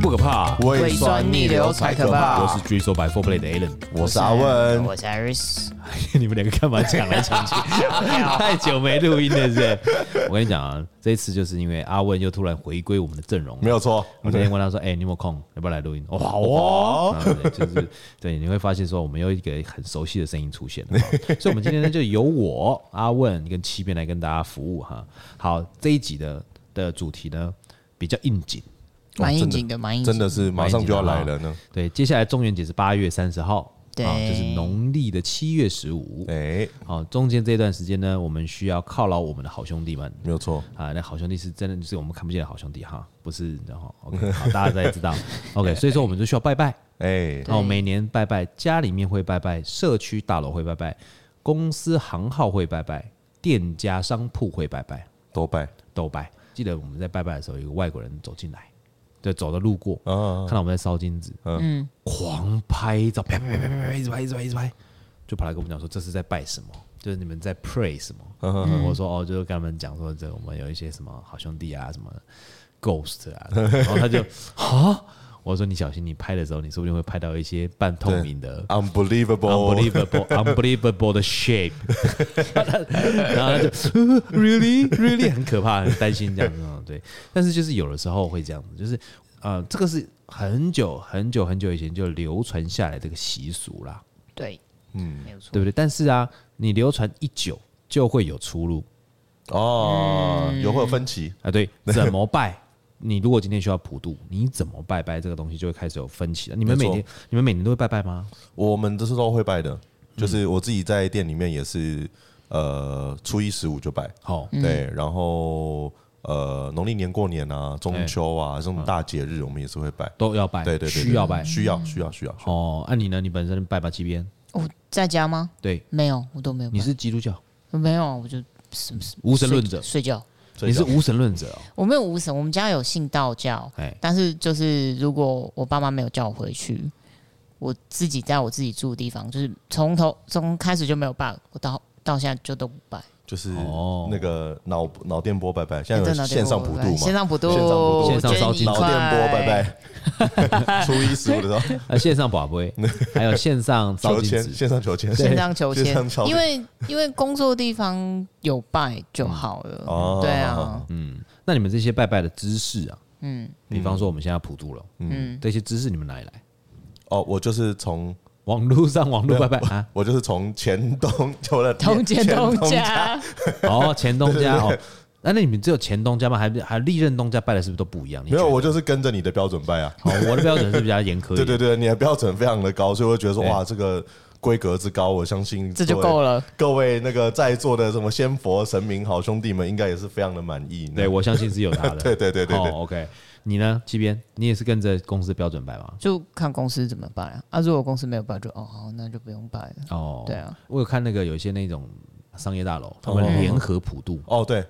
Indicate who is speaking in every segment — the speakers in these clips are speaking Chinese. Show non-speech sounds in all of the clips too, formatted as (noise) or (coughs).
Speaker 1: 不可怕，
Speaker 2: 胃
Speaker 3: 胃酸逆流才可怕
Speaker 1: 我是 Drizzle by Four Play 的 Alan。
Speaker 2: 我是阿文，
Speaker 3: 我是 Iris。
Speaker 1: (laughs) 你们两个干嘛抢来抢去？太久没录音了，是不是？我跟你讲啊，这一次就是因为阿问又突然回归我们的阵容，
Speaker 2: 没有。错，
Speaker 1: 我昨天问他说：“哎、你有没有空？要不要来录音？”
Speaker 2: (laughs)
Speaker 1: 哦，好哦。然后对就是 (laughs) 对，你会发现说我们又一个很熟悉的声音出现
Speaker 2: (laughs)
Speaker 1: 了，所以我们今天呢就由我阿问跟七边来跟大家服务哈。好，这一集的的主题呢比较应景，
Speaker 3: 蛮应景的，蛮
Speaker 1: 嗯
Speaker 3: 应景。
Speaker 2: 真的是马上就要来了呢。
Speaker 1: 对，接下来中元节是八月三十号，
Speaker 3: 对
Speaker 1: 啊就是农历的七月十五。
Speaker 2: 哎，
Speaker 1: 好，中间这段时间呢，我们需要犒劳我们的好兄弟们
Speaker 2: 没有错，
Speaker 1: 啊，那好兄弟是真的就是我们看不见的好兄弟哈，不是然后 OK，好，大家再知道 OK，所以说我们就需要拜拜
Speaker 2: 哎，
Speaker 1: 哦，每年拜拜，家里面会拜拜，社区大楼会拜拜，公司行号会拜拜，店家商铺会拜拜，
Speaker 2: 多拜
Speaker 1: 都拜。记得我们在拜拜的时候，有一个外国人走进来，就走的路过，
Speaker 2: 啊！
Speaker 1: 看到我们在烧金纸，嗯，狂拍照，啪啪啪啪啪，一直拍，一直拍，一直拍，就跑来跟我们讲说这是在拜什么，就是你们在 pray 什么。我说哦，就是跟他们讲说这我们有一些什么好兄弟啊，什么 ghost 啊，然后他就啊，我说你小心，你拍的时候你说不定会拍到一些半透明的。
Speaker 2: Unbelievable， (laughs)
Speaker 1: Unbelievable, unbelievable 的 shape，然后他就呃 really, really 很可怕，很担心这样子。嗯对，但是就是有的时候会这样子，就是呃，这个是很久很久很久以前就流传下来这个习俗啦，
Speaker 3: 对，嗯，没有错。
Speaker 1: 对不对？但是啊，你流传一久就会有出入
Speaker 2: 哦，有会有分歧，
Speaker 1: 啊。
Speaker 2: (laughs)
Speaker 1: 对，怎么拜？你如果今天需要普渡，你怎么拜拜这个东西就会开始有分歧了。你们
Speaker 2: 没
Speaker 1: 每
Speaker 2: 错
Speaker 1: 年你们每年都会拜拜吗？
Speaker 2: 我们这是都会拜的，
Speaker 1: 嗯
Speaker 2: 就是我自己在店里面也是，呃，初一十五就拜，
Speaker 1: 好、
Speaker 2: 对，然后呃，农历年过年啊，中秋啊，这种大节日我们也是会拜，
Speaker 1: 都要拜，
Speaker 2: 对对对，对
Speaker 1: 哎需要拜。嗯
Speaker 2: 需要需要需要，需要
Speaker 1: 哦，按、你呢？你本身拜吧七边，
Speaker 3: 我在家吗？
Speaker 1: 对，
Speaker 3: 没有，我都没有拜。
Speaker 1: 你是基督教。
Speaker 3: 没有啊？我就什么
Speaker 1: 无神论者
Speaker 3: 睡觉。
Speaker 2: 所以
Speaker 1: 你是无神论者
Speaker 2: (laughs)
Speaker 1: 哦，
Speaker 3: 我没有无神，我们家有信道教
Speaker 1: 哎，
Speaker 3: 但是就是如果我爸妈没有叫我回去，我自己在我自己住的地方，就是从头从开始就没有拜，我到到现在就都不拜。
Speaker 2: 就是
Speaker 1: 哦
Speaker 2: 那个脑脑电波拜拜，现在
Speaker 3: 哎真的
Speaker 2: 有线上普渡嘛，
Speaker 3: 线上普渡，
Speaker 2: 线上普渡
Speaker 1: 线上烧金
Speaker 2: 脑
Speaker 1: 脑
Speaker 2: 电波拜拜，初一十五
Speaker 3: (laughs)
Speaker 2: 的时候
Speaker 1: 呃，线上宝
Speaker 2: (laughs)
Speaker 1: 贝，还有线上造
Speaker 2: 求
Speaker 1: 金
Speaker 2: 签，
Speaker 1: 纸，
Speaker 2: 线上求签，
Speaker 3: 线上求
Speaker 2: 线
Speaker 3: 签
Speaker 2: 上求，签
Speaker 3: 因为因为工作地方有拜就好了。
Speaker 2: 哦
Speaker 3: 对啊，
Speaker 1: 嗯，那你们这些拜拜的知识啊，
Speaker 3: 嗯
Speaker 1: 比方说我们现在普渡了，
Speaker 3: 嗯，
Speaker 1: 这些知识你们哪里来？
Speaker 2: 哦，我就是从
Speaker 1: 网络上网络拜拜
Speaker 2: 没有
Speaker 1: 啊，
Speaker 2: 我就是从前东 (laughs) 求了
Speaker 3: 同
Speaker 2: 前
Speaker 3: 见同家，
Speaker 1: 哦，前
Speaker 2: (laughs)
Speaker 1: 东家哦，那那你们只有前东家吗？还还历任东家拜的是不是都不一样？你
Speaker 2: 没
Speaker 1: 觉
Speaker 2: 有，
Speaker 1: 得
Speaker 2: 我就是跟着你的标准拜啊。
Speaker 1: 好，我的标准是比较严苛一
Speaker 2: (laughs) 对
Speaker 1: 点，
Speaker 2: 对对，你的标准非常的高，所以我会觉得说
Speaker 1: 对
Speaker 2: 哇，这个规格之高，我相信
Speaker 3: 这就
Speaker 2: 各位
Speaker 3: 够了。
Speaker 2: 各位那个在座的什么仙佛神明好兄弟们，应该也是非常的满意。
Speaker 1: 对，我相信是有他的，
Speaker 2: (laughs) 对对对对对
Speaker 1: 哦，OK，你呢？这边你也是跟着公司标准拜吗？
Speaker 3: 就看公司怎么办啊。啊，如果公司没有办，就哦好，那就不用办了。
Speaker 1: 哦，
Speaker 3: 对啊，
Speaker 1: 我有看那个有一些那种商业大楼，他们联合普渡，
Speaker 2: 哦对，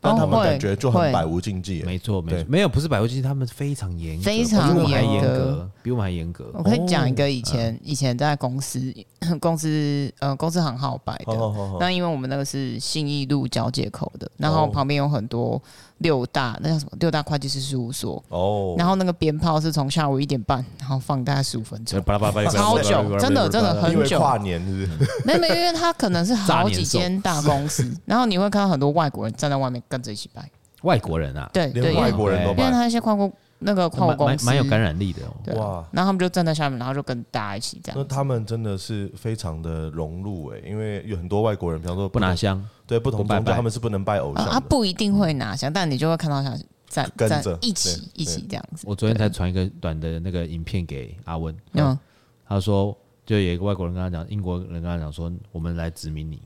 Speaker 2: 但他们
Speaker 3: 哦会
Speaker 2: 感觉就很
Speaker 3: 会嗯
Speaker 2: 百无禁忌耶。
Speaker 1: 没错，没
Speaker 2: 对
Speaker 1: 错，没有不是百货经济，他们非常严格，
Speaker 3: 非常
Speaker 1: 比我们还
Speaker 3: 严
Speaker 1: 严
Speaker 3: 格哦
Speaker 1: 格，比我们还严格。
Speaker 3: 我可以讲一个以前、以前在公司 (coughs) 公司呃公司行号摆的，
Speaker 2: 哦哦哦
Speaker 3: 那因为我们那个是信义路交界口的，然后
Speaker 2: 哦
Speaker 3: 旁边有很多六大那叫什么六大会计师事务所，
Speaker 2: 哦，
Speaker 3: 然后那个鞭炮是从下午一点半，然后放大概十五分钟
Speaker 1: 就。巴拉巴拉巴拉巴拉
Speaker 3: 超久
Speaker 1: 巴拉巴拉
Speaker 3: 真的真的
Speaker 1: 巴拉巴拉巴拉
Speaker 3: 很
Speaker 2: 因为
Speaker 3: 久
Speaker 2: 跨年是不是？
Speaker 3: 没没，因为他可能是
Speaker 1: 炸
Speaker 3: 好
Speaker 1: 年兽
Speaker 3: 几间大公
Speaker 2: (laughs)
Speaker 3: 司，然后你会看到很多外国人站在外面跟着一起拜，
Speaker 1: 外国人啊，
Speaker 3: (laughs) 对对，
Speaker 2: 连
Speaker 3: 因为
Speaker 2: 外国人都
Speaker 3: 因为
Speaker 2: 拜，
Speaker 3: 他一些跨国那个跨国
Speaker 1: 蛮
Speaker 3: 公
Speaker 1: 蛮
Speaker 3: 司
Speaker 1: 蛮有感染力的哦。
Speaker 3: 对啊
Speaker 2: 哇
Speaker 3: 然后他们就站在下面，然后就跟大家一起这
Speaker 2: 那
Speaker 3: 样。哦
Speaker 2: 他们真的是非常的融入诶，因为有很多外国人，比方说
Speaker 1: 不拿
Speaker 2: 同
Speaker 1: 香，
Speaker 2: 对不同
Speaker 1: 不拜
Speaker 2: 宗教，
Speaker 1: 拜
Speaker 2: 他们是不能拜偶
Speaker 3: 啊，他
Speaker 2: 像的。
Speaker 3: 不一定会拿香，但你就会看到像站
Speaker 2: 跟着
Speaker 3: 站一起
Speaker 2: 对
Speaker 3: 一起这样子。
Speaker 1: 我昨天才传一个短的那个影片给阿温，
Speaker 3: 嗯，
Speaker 1: 他说就有一个外国人跟他讲，英国人跟他讲说，我们来殖民你，
Speaker 3: 嗯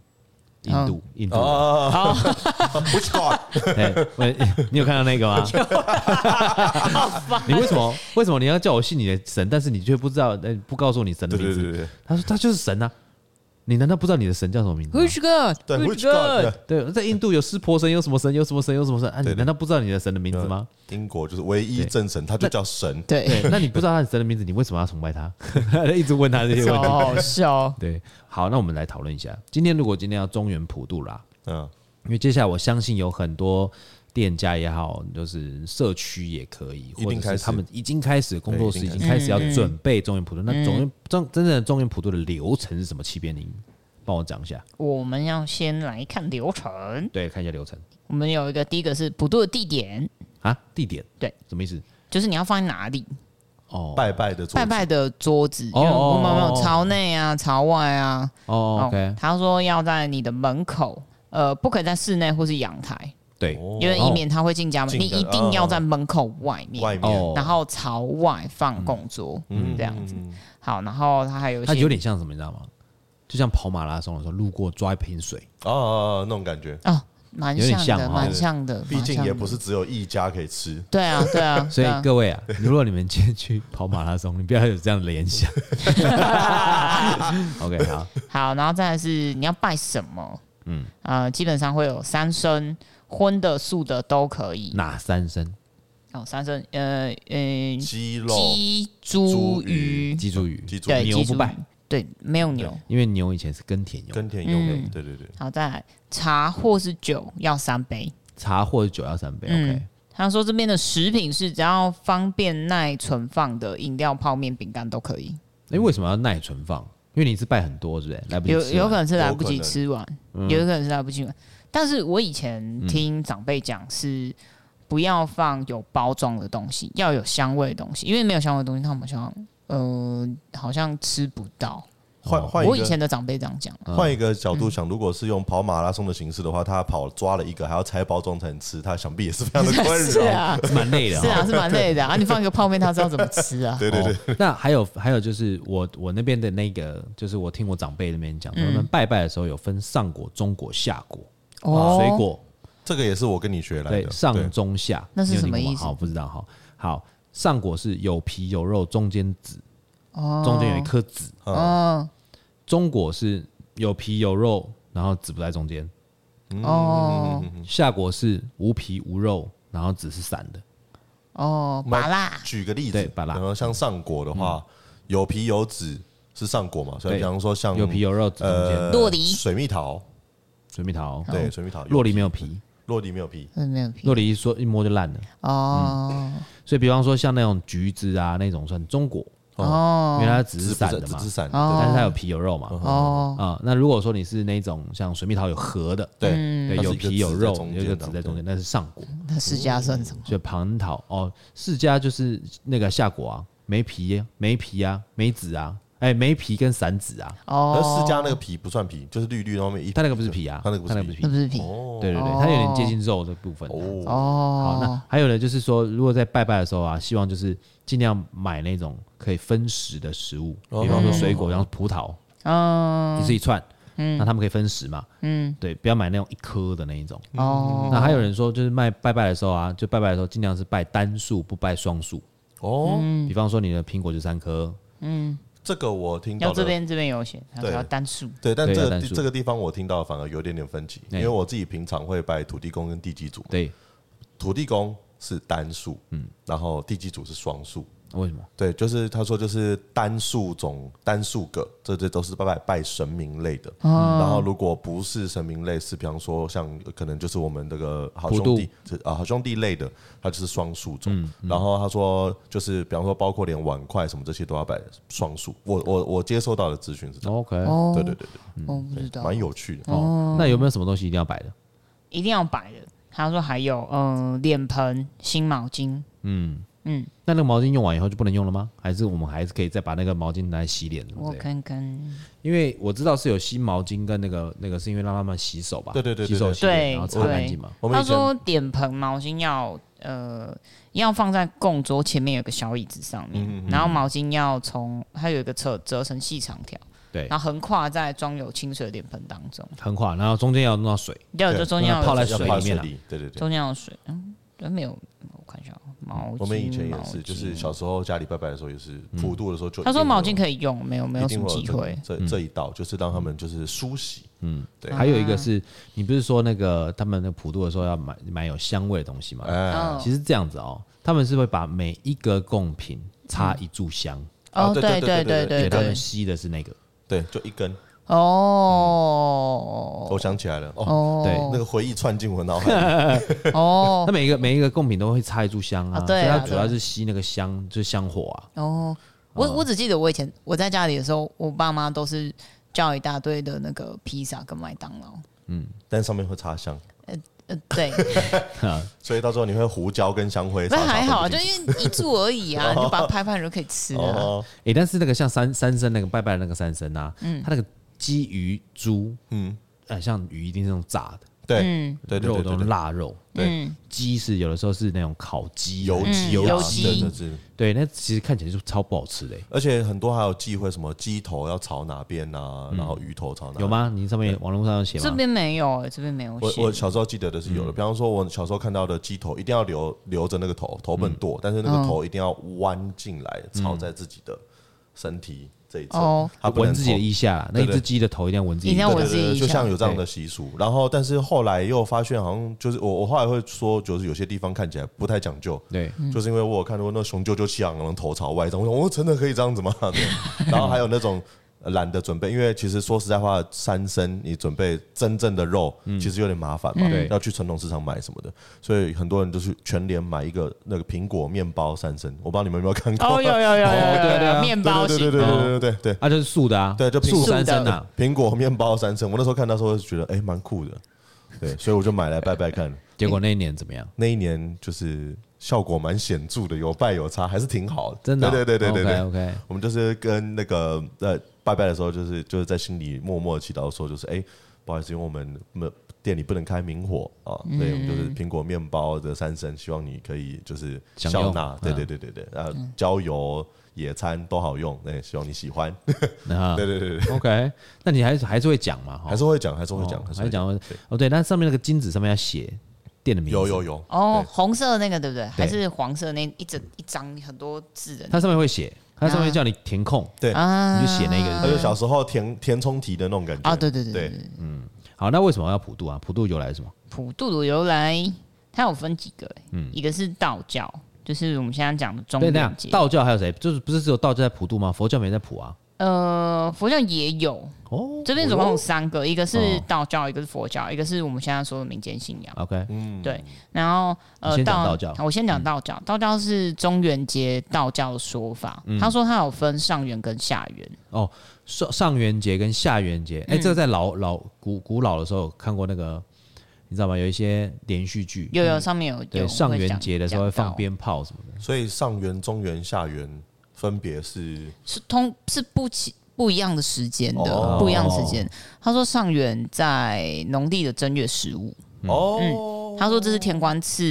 Speaker 1: 印度印度人， (laughs)
Speaker 3: (laughs)
Speaker 2: 哦，不是
Speaker 1: 哎，喂你有看到那个
Speaker 3: (laughs)
Speaker 1: 吗？你为什么为什么你要叫我信你的神，但是你却不知道，哎，不告诉你神的
Speaker 2: 对
Speaker 1: 名
Speaker 2: 对
Speaker 1: 字？
Speaker 2: 对对
Speaker 1: 他说他就是神啊，你难道不知道你的神叫什么名字吗？
Speaker 3: Which God？
Speaker 2: 对，Which God？
Speaker 1: 对，在印度有湿婆神，有什么神，有什么神，有什么神啊？你
Speaker 2: 对对
Speaker 1: 难道不知道你的神的名字
Speaker 2: 对
Speaker 1: 吗？
Speaker 2: 英国就是唯一正神，他就叫神。
Speaker 3: 对，
Speaker 1: 对，那你不知道他的神的名字，你为什么要崇拜他？一直问他这些
Speaker 3: 超
Speaker 1: 问 (laughs) 题。
Speaker 3: 好笑。
Speaker 1: 对，好，那我们来讨论一下，今天如果今天要中原普渡啦，
Speaker 2: 嗯，
Speaker 1: 因为接下来我相信有很多店家也好，就是社区也可以，
Speaker 2: 定
Speaker 1: 或者
Speaker 2: 开
Speaker 1: 是
Speaker 2: 始
Speaker 1: 他们已经开始工作室已
Speaker 2: 对已经
Speaker 1: 经
Speaker 2: 开
Speaker 1: 开始要准备中原普渡。那中原真真正的中原普渡的流程是什么？欺骗您，帮我讲一下。
Speaker 3: 我们要先来看流程。
Speaker 1: 对，看一下流程
Speaker 3: 我们有一个第一个是普渡的地点，
Speaker 1: 啊，地点
Speaker 3: 对，
Speaker 1: 什么意思？
Speaker 3: 就是你要放在哪里
Speaker 1: 哦
Speaker 2: 拜拜的桌子
Speaker 3: 拜拜的桌子，因
Speaker 1: 哦
Speaker 3: 为我们
Speaker 1: 哦哦
Speaker 3: 有
Speaker 1: 哦
Speaker 3: 朝内啊、朝外啊。
Speaker 1: 哦，OK，
Speaker 3: 他说要在你的门口，呃，不可以在室内或是阳台，
Speaker 1: 对，
Speaker 2: 哦
Speaker 3: 因为以免他会进家门，
Speaker 2: 进
Speaker 3: 你
Speaker 2: 的
Speaker 3: 一定要在门口外面，
Speaker 2: 外面，
Speaker 1: 哦，
Speaker 3: 然后朝外放供桌，这样子。
Speaker 2: 嗯
Speaker 3: 好，然后他还有一
Speaker 1: 它
Speaker 3: 些
Speaker 1: 有点像什么，你知道吗？就像跑马拉松的时候，路过抓一瓶水，
Speaker 2: 哦哦，哦那种感觉，
Speaker 3: 哦，蛮
Speaker 1: 有点
Speaker 3: 像
Speaker 1: 像
Speaker 3: 的，
Speaker 1: 哦
Speaker 3: 蛮像的，
Speaker 2: 毕竟
Speaker 3: 蛮像
Speaker 2: 也
Speaker 3: 的
Speaker 2: 不是只有一家可以吃，
Speaker 3: 对啊，对啊，
Speaker 1: (laughs) 所以
Speaker 3: 对啊
Speaker 1: 各位啊，如果你们今天去跑马拉松，你不要有这样的联
Speaker 3: (laughs)
Speaker 1: 想。OK，好，
Speaker 3: 啊
Speaker 1: (laughs)
Speaker 3: 好，然后再来是你要拜什么？嗯，呃，基本上会有三牲，荤的、素的都可以。
Speaker 1: 哪三声？
Speaker 3: 哦，三牲，呃，嗯、
Speaker 2: 鸡肉、
Speaker 3: 鸡、
Speaker 2: 猪
Speaker 3: 猪、
Speaker 2: 鱼
Speaker 3: 鱼，
Speaker 1: 鸡猪鱼，
Speaker 2: 鸡猪、
Speaker 3: 对，
Speaker 1: 牛
Speaker 3: 鸡
Speaker 1: 不
Speaker 3: 猪
Speaker 1: 拜，
Speaker 3: 对，没有牛。
Speaker 1: 因为牛以前是耕田用，
Speaker 2: 跟田用
Speaker 3: 嗯
Speaker 2: 的，对对对，
Speaker 3: 好，再来茶或是酒要三杯。
Speaker 1: 茶或者酒要三杯。
Speaker 3: 嗯
Speaker 1: OK，
Speaker 3: 他说这边的食品是只要方便耐存放的饮料、泡面、饼干都可以，
Speaker 1: 哎，为什么要耐存放？因为你是拜很多，是不是？来不及
Speaker 3: 有
Speaker 1: 吃完啊嗯
Speaker 3: 有可能是来不及
Speaker 2: 有可能
Speaker 3: 吃完，有可能是来不及吃完。但是我以
Speaker 2: 嗯
Speaker 3: 前听长辈讲是不要放有包装的东西，要有香味的东西，因为没有香味的东西，他们好像呃好像吃不到。
Speaker 2: 换
Speaker 1: 哦
Speaker 2: 换
Speaker 3: 我
Speaker 2: 一
Speaker 3: 以
Speaker 2: 个
Speaker 3: 前的长辈这样讲，
Speaker 1: 嗯
Speaker 2: 换一个角度想，如果是用跑马拉松的形式的话，他跑抓了一个还要拆包装才能吃，他想必 (laughs) 也是非常的困
Speaker 3: (laughs) 是
Speaker 2: 扰。
Speaker 3: 啊，
Speaker 1: 是蛮累的。
Speaker 3: 是
Speaker 1: 哈
Speaker 3: 啊，是蛮累的啊。你放一个泡面，他知道怎么吃 (laughs) 啊？
Speaker 2: 对对对，
Speaker 1: 哦那还有 (laughs) 还有就是我我那边的那个，就是我听我长辈那边讲，
Speaker 3: 嗯
Speaker 1: 他们拜拜的时候有分上果、中果、下果，啊
Speaker 3: 哦
Speaker 1: 水果
Speaker 2: 这个也是我跟你学来
Speaker 1: 对
Speaker 2: 的。对
Speaker 1: 上中下，
Speaker 3: 那是
Speaker 1: 你有
Speaker 3: 什
Speaker 1: 听
Speaker 3: 么
Speaker 1: 过吗
Speaker 3: 意思
Speaker 1: 好，不知道哈。好，上果是有皮有肉，中间籽，
Speaker 3: 哦，
Speaker 1: 中间有一颗籽；
Speaker 3: 哦
Speaker 1: 中果是有皮有肉，然后籽不在中间；
Speaker 3: 哦
Speaker 2: 嗯
Speaker 1: 下果是无皮无肉，然后籽是散的。
Speaker 3: 哦，
Speaker 2: 买
Speaker 3: 麻辣
Speaker 2: 举个例
Speaker 1: 对
Speaker 2: 子，
Speaker 1: 把它
Speaker 2: 然后像上果的话，有皮有籽是上果嘛，所以
Speaker 1: 对
Speaker 2: 比方说像
Speaker 1: 有皮有肉，籽中
Speaker 2: 嗯呃
Speaker 1: 间。
Speaker 3: 洛梨哦
Speaker 2: 水蜜桃，
Speaker 1: 水蜜桃，
Speaker 2: 对水蜜桃，
Speaker 1: 洛梨没有皮，
Speaker 2: 洛梨没有皮，
Speaker 3: 嗯没有皮
Speaker 1: 洛梨一说一摸就烂了。嗯
Speaker 3: 哦
Speaker 1: 所以，比方说像那种橘子啊，那种算中果，因为
Speaker 3: 哦
Speaker 1: 它籽是
Speaker 2: 只
Speaker 1: 散的嘛
Speaker 2: 只，是散
Speaker 3: 哦
Speaker 2: 的，
Speaker 1: 但是它有皮有肉嘛。
Speaker 3: 哦
Speaker 1: 啊、那如果说你是那种像水蜜桃有核的，
Speaker 2: 对
Speaker 1: 对，
Speaker 2: 它是
Speaker 1: 有
Speaker 2: 一个
Speaker 1: 皮有
Speaker 2: 籽在
Speaker 1: 肉，
Speaker 2: 中
Speaker 1: 有一
Speaker 2: 间
Speaker 1: 个
Speaker 2: 的
Speaker 1: 籽在中
Speaker 2: 对
Speaker 1: 间，那是上果。
Speaker 3: 那释迦算什么？
Speaker 1: 所以蟠桃哦，释迦就是那个夏果啊，没皮没皮啊，没籽啊，哎，没皮跟散籽啊，
Speaker 2: 对。
Speaker 3: 哦
Speaker 2: 而，释迦那个皮不算皮，就是绿绿的后面一，
Speaker 1: 它那个不是皮啊，
Speaker 2: 它那个不是
Speaker 1: 它那个不是
Speaker 3: 那
Speaker 1: 皮，
Speaker 3: 不是皮
Speaker 2: 哦
Speaker 1: 对对对
Speaker 3: 哦，
Speaker 1: 它有点接近肉的部分。啊
Speaker 2: 哦，
Speaker 3: 哦
Speaker 1: 好，。那还有呢，就是说，如果在拜拜的时候啊，希望就是尽量买那种可以分食的食物，
Speaker 2: 哦
Speaker 1: 比方说水果，然后葡萄，
Speaker 3: 嗯
Speaker 1: 你是一串，那他们可以分食嘛，嗯，对，不要买那种一颗的那一种。
Speaker 3: 哦，
Speaker 1: 那还有人说，就是卖拜拜的时候啊，就拜拜的时候尽量是拜单数，不拜双数。
Speaker 3: 嗯
Speaker 2: 哦，
Speaker 1: 比方说你的苹果就三颗，
Speaker 2: 这个我听
Speaker 3: 要
Speaker 2: 到
Speaker 3: 这
Speaker 2: 的
Speaker 3: 边这边有写，它
Speaker 2: 对
Speaker 3: 要单数
Speaker 2: 对，但
Speaker 1: 对
Speaker 2: 这
Speaker 1: 要
Speaker 2: 个
Speaker 1: 单
Speaker 2: 地
Speaker 1: 数
Speaker 2: 这个地方我听到反而有点点分歧，因
Speaker 1: 哎
Speaker 2: 为我自己平常会拜土地公跟地基主，
Speaker 1: 对，嗯
Speaker 2: 土地公是单数，嗯，然后地基主是双数，
Speaker 1: 为什么？
Speaker 2: 对，就是他说就是单数种单数个，这这都是拜拜拜神明类的。
Speaker 1: 哦
Speaker 2: 然后如果不是神明类，是比方说像呃可能就是我们这个好兄弟这啊好兄弟类的，它就是双数种。
Speaker 1: 嗯
Speaker 2: 然后他说就是比方说包括连碗筷什么这些都要拜双数。我我我接收到的资讯是这样，
Speaker 1: OK，、
Speaker 3: 哦
Speaker 2: 对对对
Speaker 1: 嗯
Speaker 3: 我不知
Speaker 2: 对，
Speaker 3: 道，
Speaker 2: 蛮有趣的。
Speaker 1: 哦，那有没有什么东西一定要摆的？
Speaker 3: 一定要摆的。他说还有，嗯、脸盆、新毛巾，
Speaker 1: 那那个毛巾用完以后就不能用了吗？还是我们还是可以再把那个毛巾拿来洗脸什么之
Speaker 3: 我
Speaker 1: 类的？
Speaker 3: 看看，
Speaker 1: 因为我知道是有新毛巾跟那个那个，是因为让他们洗手吧？
Speaker 2: 对对对对
Speaker 1: 洗手
Speaker 2: 对
Speaker 1: 洗脸
Speaker 3: 对
Speaker 1: 然后擦干净嘛。
Speaker 2: 我们
Speaker 3: 他
Speaker 2: 以前
Speaker 3: 说脸盆、毛巾要，呃，要放在供桌前面有个小椅子上面，
Speaker 2: 嗯
Speaker 3: 然后毛巾要从它有一个折折成细长条，
Speaker 1: 对，
Speaker 3: 然后横跨在装有清水的脸盆当中，
Speaker 1: 横跨，然后中间要弄到水，
Speaker 3: 要有
Speaker 2: 对
Speaker 3: 呃就中间要
Speaker 1: 让它泡在
Speaker 3: 有
Speaker 1: 水
Speaker 2: 要泡
Speaker 1: 里面啊
Speaker 2: 里，对对对。
Speaker 3: 中间要有水，嗯，没有，我看一下哦毛巾，
Speaker 2: 嗯我们以前也
Speaker 3: 毛
Speaker 2: 是，
Speaker 3: 巾
Speaker 2: 就是小时候家里拜拜的时候也是
Speaker 1: 嗯
Speaker 2: 普渡的时候就一定会
Speaker 3: 他
Speaker 2: 有。
Speaker 3: 说毛巾可以用，没有没有
Speaker 2: 一
Speaker 3: 什
Speaker 2: 定
Speaker 3: 么
Speaker 2: 会有
Speaker 3: 机
Speaker 2: 这个
Speaker 3: 会，
Speaker 2: 这这一道就是让他们就是梳洗，嗯，对，
Speaker 1: 还有一个是你不是说那个他们那个普渡的时候要买买有香味的东西吗？
Speaker 2: 哎，
Speaker 3: 嗯
Speaker 1: 其实这样子哦，他们是会把每一个贡品插一炷香，
Speaker 2: 啊
Speaker 3: 哦，
Speaker 2: 对
Speaker 3: 对
Speaker 2: 对对
Speaker 3: 对
Speaker 2: 对
Speaker 1: 对
Speaker 3: 对
Speaker 1: 他们吸的是那个。
Speaker 2: 对，就一根，
Speaker 3: 哦
Speaker 2: 我想起来了，哦，
Speaker 3: 哦
Speaker 2: 那个回忆窜进我脑
Speaker 3: (laughs)
Speaker 2: 海。
Speaker 3: 对哦
Speaker 1: 那每一个每一个贡品都会插一炷香啊，
Speaker 3: 啊
Speaker 1: 所
Speaker 3: 对
Speaker 1: 以
Speaker 3: 啊
Speaker 1: 它主
Speaker 3: 对啊
Speaker 1: 要是吸那个香，就是香火啊。
Speaker 3: 哦，我我只记得我以前我在家里的时候，我爸妈都是叫一大堆的那个披萨跟麦当劳。
Speaker 2: 但上面会插香， (laughs)
Speaker 3: 呃，对，
Speaker 2: 所以到时候你会胡椒跟香灰。
Speaker 3: 那
Speaker 2: 插插
Speaker 3: 还好啊，
Speaker 2: 分
Speaker 3: 就
Speaker 2: 不
Speaker 3: 因
Speaker 2: 清
Speaker 3: 为一注而已
Speaker 2: (laughs)
Speaker 3: 啊，你就把它拍拍你就可以吃啊。
Speaker 2: 哦，
Speaker 1: 诶，但是那个像三三生那个拜拜的那个三生啊，
Speaker 3: 嗯
Speaker 1: 它那个鸡鱼猪，
Speaker 2: 嗯，
Speaker 1: 呃，像鱼一定是那种炸的，
Speaker 2: 对
Speaker 3: 嗯
Speaker 2: 对对对
Speaker 1: 肉都
Speaker 2: 对
Speaker 1: 是
Speaker 2: 对，
Speaker 1: 腊肉，
Speaker 2: 对
Speaker 3: 嗯，
Speaker 1: 鸡是有的时候是那种烤鸡啊，
Speaker 2: 油
Speaker 3: 嗯
Speaker 2: 鸡啊
Speaker 3: 油鸡
Speaker 2: 真的是，
Speaker 1: 对，那其实看起来就超不好吃的、诶欸
Speaker 2: 而且很多还有忌讳什么鸡头要朝哪边啊，然后鱼头朝哪边
Speaker 1: 嗯有？吗？你上面网络上有写
Speaker 3: 这
Speaker 1: 吗？
Speaker 3: 边没有，欸这边没有
Speaker 2: 我
Speaker 3: 写。
Speaker 2: 我小时候记得的是
Speaker 1: 嗯
Speaker 2: 有的，比方说，我小时候看到的鸡头一定要留留着那个
Speaker 1: 嗯
Speaker 2: 头，头本舵，但是那个头一定要弯进来，朝在自己的身体这一侧
Speaker 3: 哦，
Speaker 2: 它不
Speaker 1: 闻
Speaker 2: 能
Speaker 1: 自己的
Speaker 2: 头
Speaker 1: 腋下啦，那一
Speaker 2: 对
Speaker 1: 只
Speaker 2: 对
Speaker 1: 鸡的头一定要闻自
Speaker 3: 一
Speaker 1: 己
Speaker 3: 定
Speaker 1: 的
Speaker 3: 要
Speaker 1: 腋
Speaker 3: 闻
Speaker 1: 下。
Speaker 2: 对
Speaker 3: 自
Speaker 2: 对
Speaker 3: 己
Speaker 2: 对，
Speaker 3: 一
Speaker 2: 就
Speaker 3: 下
Speaker 2: 像有这样的习俗。然后，但是后来又发现，好像就是我我后来会说，就是有些地方看起来不太讲究，
Speaker 1: 对，
Speaker 2: 就是因为我有看过那雄赳赳气昂昂头朝外这样，我说我真的可以这样子吗？对。然后还有那种呃懒得准备，因为其实说实在话，三生你准备真正的肉，其实有点麻烦嘛，
Speaker 1: 对
Speaker 2: 要去传统市场买什么的，所以很多人就是全联买一个那个苹果面包三生，我不知道你们有没有看过？
Speaker 3: 哦，有有
Speaker 1: 哦
Speaker 3: 有有
Speaker 1: 对啊
Speaker 3: 有
Speaker 1: 对
Speaker 3: 有
Speaker 1: 啊
Speaker 3: 面
Speaker 2: 对
Speaker 3: 包
Speaker 2: 对
Speaker 3: 型
Speaker 2: 对对
Speaker 1: 包
Speaker 2: 对
Speaker 1: 型
Speaker 2: 对对对对。
Speaker 1: 啊，就是素的啊，
Speaker 2: 对就平
Speaker 1: 素
Speaker 2: 素
Speaker 1: 三生
Speaker 3: 的
Speaker 1: 啊，
Speaker 2: 苹果面包三生，我那时候看到的时候就觉得，哎、蛮酷的，对，所以我就买来拜拜看。
Speaker 1: 结果那一年怎么样？
Speaker 2: 那一年就是效果蛮显著的，有拜有差，还是挺好的。
Speaker 1: 真的啊、
Speaker 2: 对对对对对对。
Speaker 1: ，OK，
Speaker 2: 我们就是跟那个呃拜拜的时候，就是就是在心里默默祈祷说，就是哎、不好意思，因为我们没店里不能开明火啊，所
Speaker 1: 嗯
Speaker 2: 以我们就是苹果面包的三生，希望你可以就是
Speaker 1: 享用
Speaker 2: 笑纳，对
Speaker 1: 嗯
Speaker 2: 对对对对，啊，郊游野餐都好用，哎，希望你喜欢，
Speaker 1: 然后
Speaker 2: 对对对对，
Speaker 1: OK，那你还是还是会讲嘛？哈
Speaker 2: 还是会讲，还是会
Speaker 1: 哦
Speaker 2: 讲，
Speaker 1: 还
Speaker 2: 会
Speaker 1: 是讲会
Speaker 2: 对
Speaker 1: 哦，对，那上面那个金子上面要写店的名字，
Speaker 2: 有有，有，
Speaker 3: 哦，
Speaker 2: 对
Speaker 3: 红色的那个对不对？还
Speaker 1: 对
Speaker 3: 是黄色那一整一张很多字的那
Speaker 1: 它上面会写，它上面叫你填空，
Speaker 2: 对，
Speaker 3: 啊
Speaker 1: 你就写那个
Speaker 2: 他就小时候填填充题的那种感觉
Speaker 3: 啊，对对对对
Speaker 2: 对
Speaker 3: 对，
Speaker 1: 好，那为什么要普渡啊？普渡由来是什么？
Speaker 3: 普渡的由来，它有分几个、欸，
Speaker 2: 嗯
Speaker 3: 一个是道教，就是我们现在讲的中
Speaker 1: 对，那
Speaker 3: 元
Speaker 1: 样
Speaker 3: 节，
Speaker 1: 道教还有谁？就是不是只有道教在普渡吗？佛教没在普啊？
Speaker 3: 呃，佛教也有，
Speaker 1: 哦
Speaker 3: 这边总共有三个，一个是
Speaker 1: 哦
Speaker 3: 道教，一个是佛教，一个是我们现在说的民间信仰。
Speaker 1: ，OK，
Speaker 3: 对，然后呃，
Speaker 1: 你先讲道教嗯
Speaker 3: 我先讲道教。道教是中元节道教的说法，
Speaker 1: 嗯
Speaker 3: 他说它有分上元跟下元。
Speaker 1: 哦，上上元节跟下元节，哎，这个在老老古古老的时候有看过那个，你知道吗？有一些连续剧，
Speaker 3: 有有上面有有
Speaker 1: 对，上元节的时候会放，
Speaker 3: 会讲讲到
Speaker 1: 鞭炮什么的，
Speaker 2: 所以上元、中元、下元分别是
Speaker 3: 是通是不起不一样的时间的，
Speaker 2: 哦
Speaker 3: 不一样的时间。他说上元在农历的正月十五，
Speaker 1: 嗯
Speaker 2: 哦，
Speaker 3: 他说这是天官赐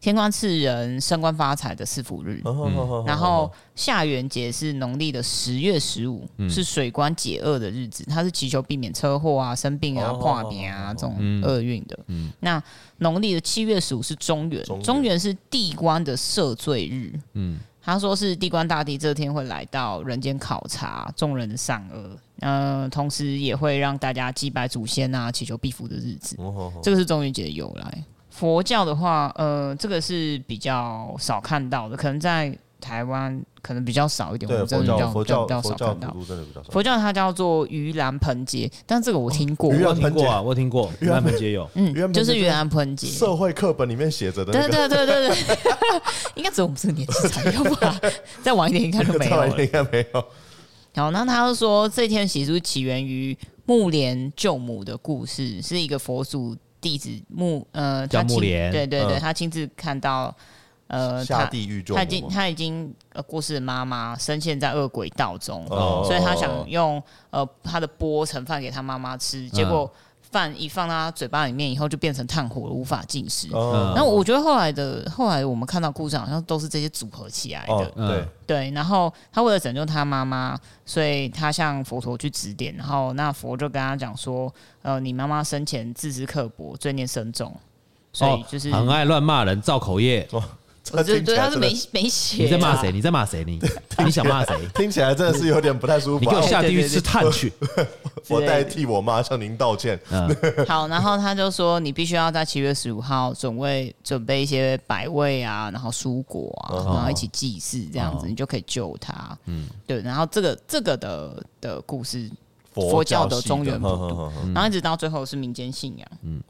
Speaker 3: 天官赐人升官发财的赐福日。嗯
Speaker 2: 嗯
Speaker 1: 嗯哦
Speaker 3: 然后下元节是农历的十月十五、
Speaker 1: 嗯
Speaker 2: 嗯
Speaker 3: 是水官解厄的日子，它是祈求避免车祸啊、生病啊、
Speaker 2: 哦
Speaker 3: 破年啊这种厄运的。
Speaker 2: 嗯
Speaker 3: 那农历的七月十五是中元，
Speaker 2: 中元
Speaker 3: 中元是地官的赦罪日。
Speaker 1: 嗯
Speaker 3: 他说是地官大帝这天会来到人间考察众人的善恶，呃，同时也会让大家祭拜祖先啊，祈求庇福的日子。
Speaker 2: 哦
Speaker 3: 这个是中元节的由来。佛教的话，呃，这个是比较少看到的，可能在台湾可能比较少一点，我
Speaker 2: 对
Speaker 3: 们真的
Speaker 2: 佛
Speaker 3: 比
Speaker 2: 教
Speaker 3: 较
Speaker 2: 佛
Speaker 3: 比较少
Speaker 2: 教佛教
Speaker 3: 看
Speaker 2: 普
Speaker 3: 到。
Speaker 2: 渡真的比较少。
Speaker 3: 佛教它叫做盂兰盆节，但这个我听过
Speaker 2: 哦，盂
Speaker 1: 我
Speaker 2: 兰
Speaker 1: 有听
Speaker 2: 盆节
Speaker 1: 过啊，我有听过，盂兰盆节有，
Speaker 3: 嗯
Speaker 2: 盂兰，盆节
Speaker 3: 就是盂兰盆节。
Speaker 2: 社会课本里面写着的
Speaker 3: 对
Speaker 2: 那个，
Speaker 3: 对对对对， (laughs) 应该只有我们这个年纪才有吧？ (laughs) 再晚一点应该
Speaker 2: (laughs)
Speaker 3: 就没有
Speaker 2: 再来
Speaker 3: 了
Speaker 2: 应。该没有。
Speaker 3: 好，那他就说这天习俗起源于木莲救母的故事，是一个佛祖弟子木呃，
Speaker 1: 叫
Speaker 3: 他亲
Speaker 1: 木莲
Speaker 3: 对对对，
Speaker 2: 嗯
Speaker 3: 他亲自看到呃，
Speaker 2: 下
Speaker 3: 他
Speaker 2: 地狱救
Speaker 3: 他已经
Speaker 2: 母嘛，
Speaker 3: 他已经呃过世的妈妈深陷在恶鬼道中，
Speaker 2: 哦
Speaker 3: 所以他想用呃他的钵盛饭给他妈妈吃，
Speaker 1: 嗯
Speaker 3: 结果饭一放到他嘴巴里面以后就变成炭火了，无法进食。
Speaker 2: 哦
Speaker 3: 然嗯后我觉得后来的后来我们看到故事好像都是这些组合起来的，
Speaker 2: 哦
Speaker 1: 嗯
Speaker 2: 对，
Speaker 3: 对，然后他为了拯救他妈妈，所以他向佛陀去指点，然后那佛就跟他讲说，呃，你妈妈生前自知刻薄，罪孽深重，所以就是、
Speaker 1: 哦很爱乱骂人，造口业。
Speaker 3: 我就对他是没
Speaker 2: 没
Speaker 3: 没啊写，
Speaker 1: 你在骂谁？？你在骂谁？你你想骂谁？
Speaker 2: (laughs) 听起来真的是有点不太舒
Speaker 1: 你
Speaker 2: 服
Speaker 1: 给
Speaker 2: 啊。
Speaker 1: 我下地
Speaker 3: 对对
Speaker 1: 狱
Speaker 3: 对
Speaker 1: 吃炭去！
Speaker 2: 我代替我妈向您
Speaker 1: (laughs)
Speaker 2: 道歉。
Speaker 1: 嗯
Speaker 3: 好，然后他就说你必须要在七月十五号准备准备一些百味啊，然后蔬果啊，然后一起祭祀，这样子、你就可以救他。嗯，对，然后这个这个的的故事。佛教的中原
Speaker 2: 原
Speaker 3: 普渡，然后一直到最后是民间信仰。嗯，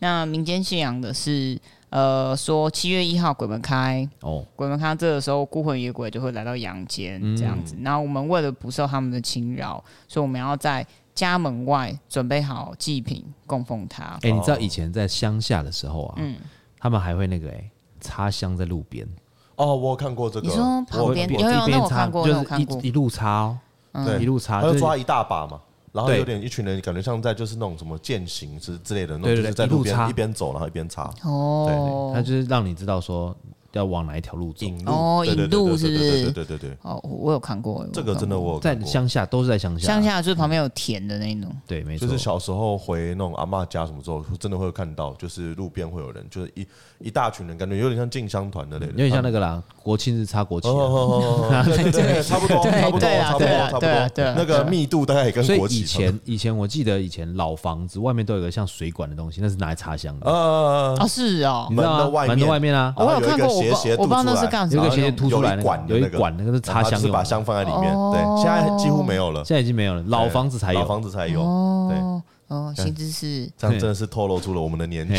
Speaker 3: 那民间信仰的是呃说七月一号鬼门开，
Speaker 2: (laughs)
Speaker 1: 哦，
Speaker 3: 鬼门开这个时候孤魂野鬼就会来到阳间这样子。然后我们为了不受他们的侵扰，所以我们要在家门外准备好祭品供奉他。
Speaker 1: 哎、你
Speaker 2: 哦
Speaker 1: 知道以前在乡下的时候啊，
Speaker 2: 嗯
Speaker 1: 他们还会那个哎、插香在路边，
Speaker 2: 哦，我有看过这个，
Speaker 3: 你说旁
Speaker 2: 我
Speaker 3: 边
Speaker 1: 一
Speaker 3: 有有
Speaker 1: 一边
Speaker 3: 那我
Speaker 1: 插
Speaker 3: 看过
Speaker 1: 就
Speaker 3: 那我看
Speaker 1: 是
Speaker 3: 过嗯
Speaker 1: 一一路插哦，
Speaker 2: 对
Speaker 1: 一路插，
Speaker 2: 他
Speaker 1: 就
Speaker 2: 就是抓一大把嘛，然后
Speaker 1: 对
Speaker 2: 有点一群人感觉像在就是那种什么践行之之类的，那
Speaker 1: 对对
Speaker 2: 种就
Speaker 1: 对
Speaker 2: 是在路
Speaker 1: 一路插
Speaker 2: 边一边走然后一边插
Speaker 3: 哦，
Speaker 1: 他就是让你知道说要往哪一条路走。
Speaker 2: 引路
Speaker 3: 哦
Speaker 2: 对对
Speaker 3: 引路
Speaker 2: 对对
Speaker 3: 是不
Speaker 2: 对
Speaker 3: 是
Speaker 2: 对对对对对，
Speaker 3: 哦，我我有看过，
Speaker 2: 这个
Speaker 3: 有看
Speaker 2: 真的
Speaker 3: 过
Speaker 2: 我有看
Speaker 1: 在
Speaker 2: 过
Speaker 1: 乡下都是在乡下，啊
Speaker 3: 乡下就是旁
Speaker 1: 嗯
Speaker 3: 边有田的那种，
Speaker 1: 对，没错，
Speaker 2: 就是小时候回那种阿嬷家什么之后，真的会有看到，就是路边会有人，就是一一大群人，感觉有点像进香团的类的，
Speaker 1: 有点像那个啦，国庆日插国旗
Speaker 2: 哦。哦
Speaker 1: 啊。
Speaker 2: 哦哦哦，对对对，差不多，
Speaker 3: 对
Speaker 2: 差不多，
Speaker 3: 对啊
Speaker 2: 差不多
Speaker 3: 对啊，
Speaker 2: 差不
Speaker 3: 对啊对
Speaker 2: 多
Speaker 3: 啊。
Speaker 2: 那个密度大概哦也跟
Speaker 1: 所以
Speaker 2: 国旗
Speaker 1: 以
Speaker 2: 差不多。
Speaker 1: 前以前我记得以前老房子外面都有个像水管的东西，那是拿来插香的，
Speaker 2: 呃，
Speaker 3: 哦，是哦
Speaker 1: 你，知道吗
Speaker 2: 门的外面
Speaker 1: 门的外面啊，
Speaker 2: 然
Speaker 3: 我有
Speaker 2: 后有一
Speaker 3: 看
Speaker 2: 个
Speaker 3: 过，我
Speaker 2: 斜斜
Speaker 3: 不我不
Speaker 2: 度
Speaker 3: 知道那
Speaker 2: 出
Speaker 3: 是
Speaker 2: 来
Speaker 3: 干
Speaker 1: 有
Speaker 3: 啥
Speaker 1: 一个斜
Speaker 3: 用
Speaker 1: 斜
Speaker 3: 的。
Speaker 1: 凸出来那
Speaker 2: 有一
Speaker 1: 个
Speaker 2: 管的
Speaker 1: 有
Speaker 2: 那
Speaker 1: 一
Speaker 2: 个
Speaker 1: 管那个是插
Speaker 2: 然后
Speaker 1: 香
Speaker 2: 就是
Speaker 1: 用
Speaker 2: 把
Speaker 1: 的，
Speaker 2: 香放在里面，
Speaker 3: 哦
Speaker 2: 对，现在几乎没有了，
Speaker 1: 现在已经没有了，老房子才
Speaker 2: 老
Speaker 1: 有。
Speaker 2: 房子才有，对，
Speaker 3: 哦哦，新知识，
Speaker 2: 这样真的是透露出了我们的年纪。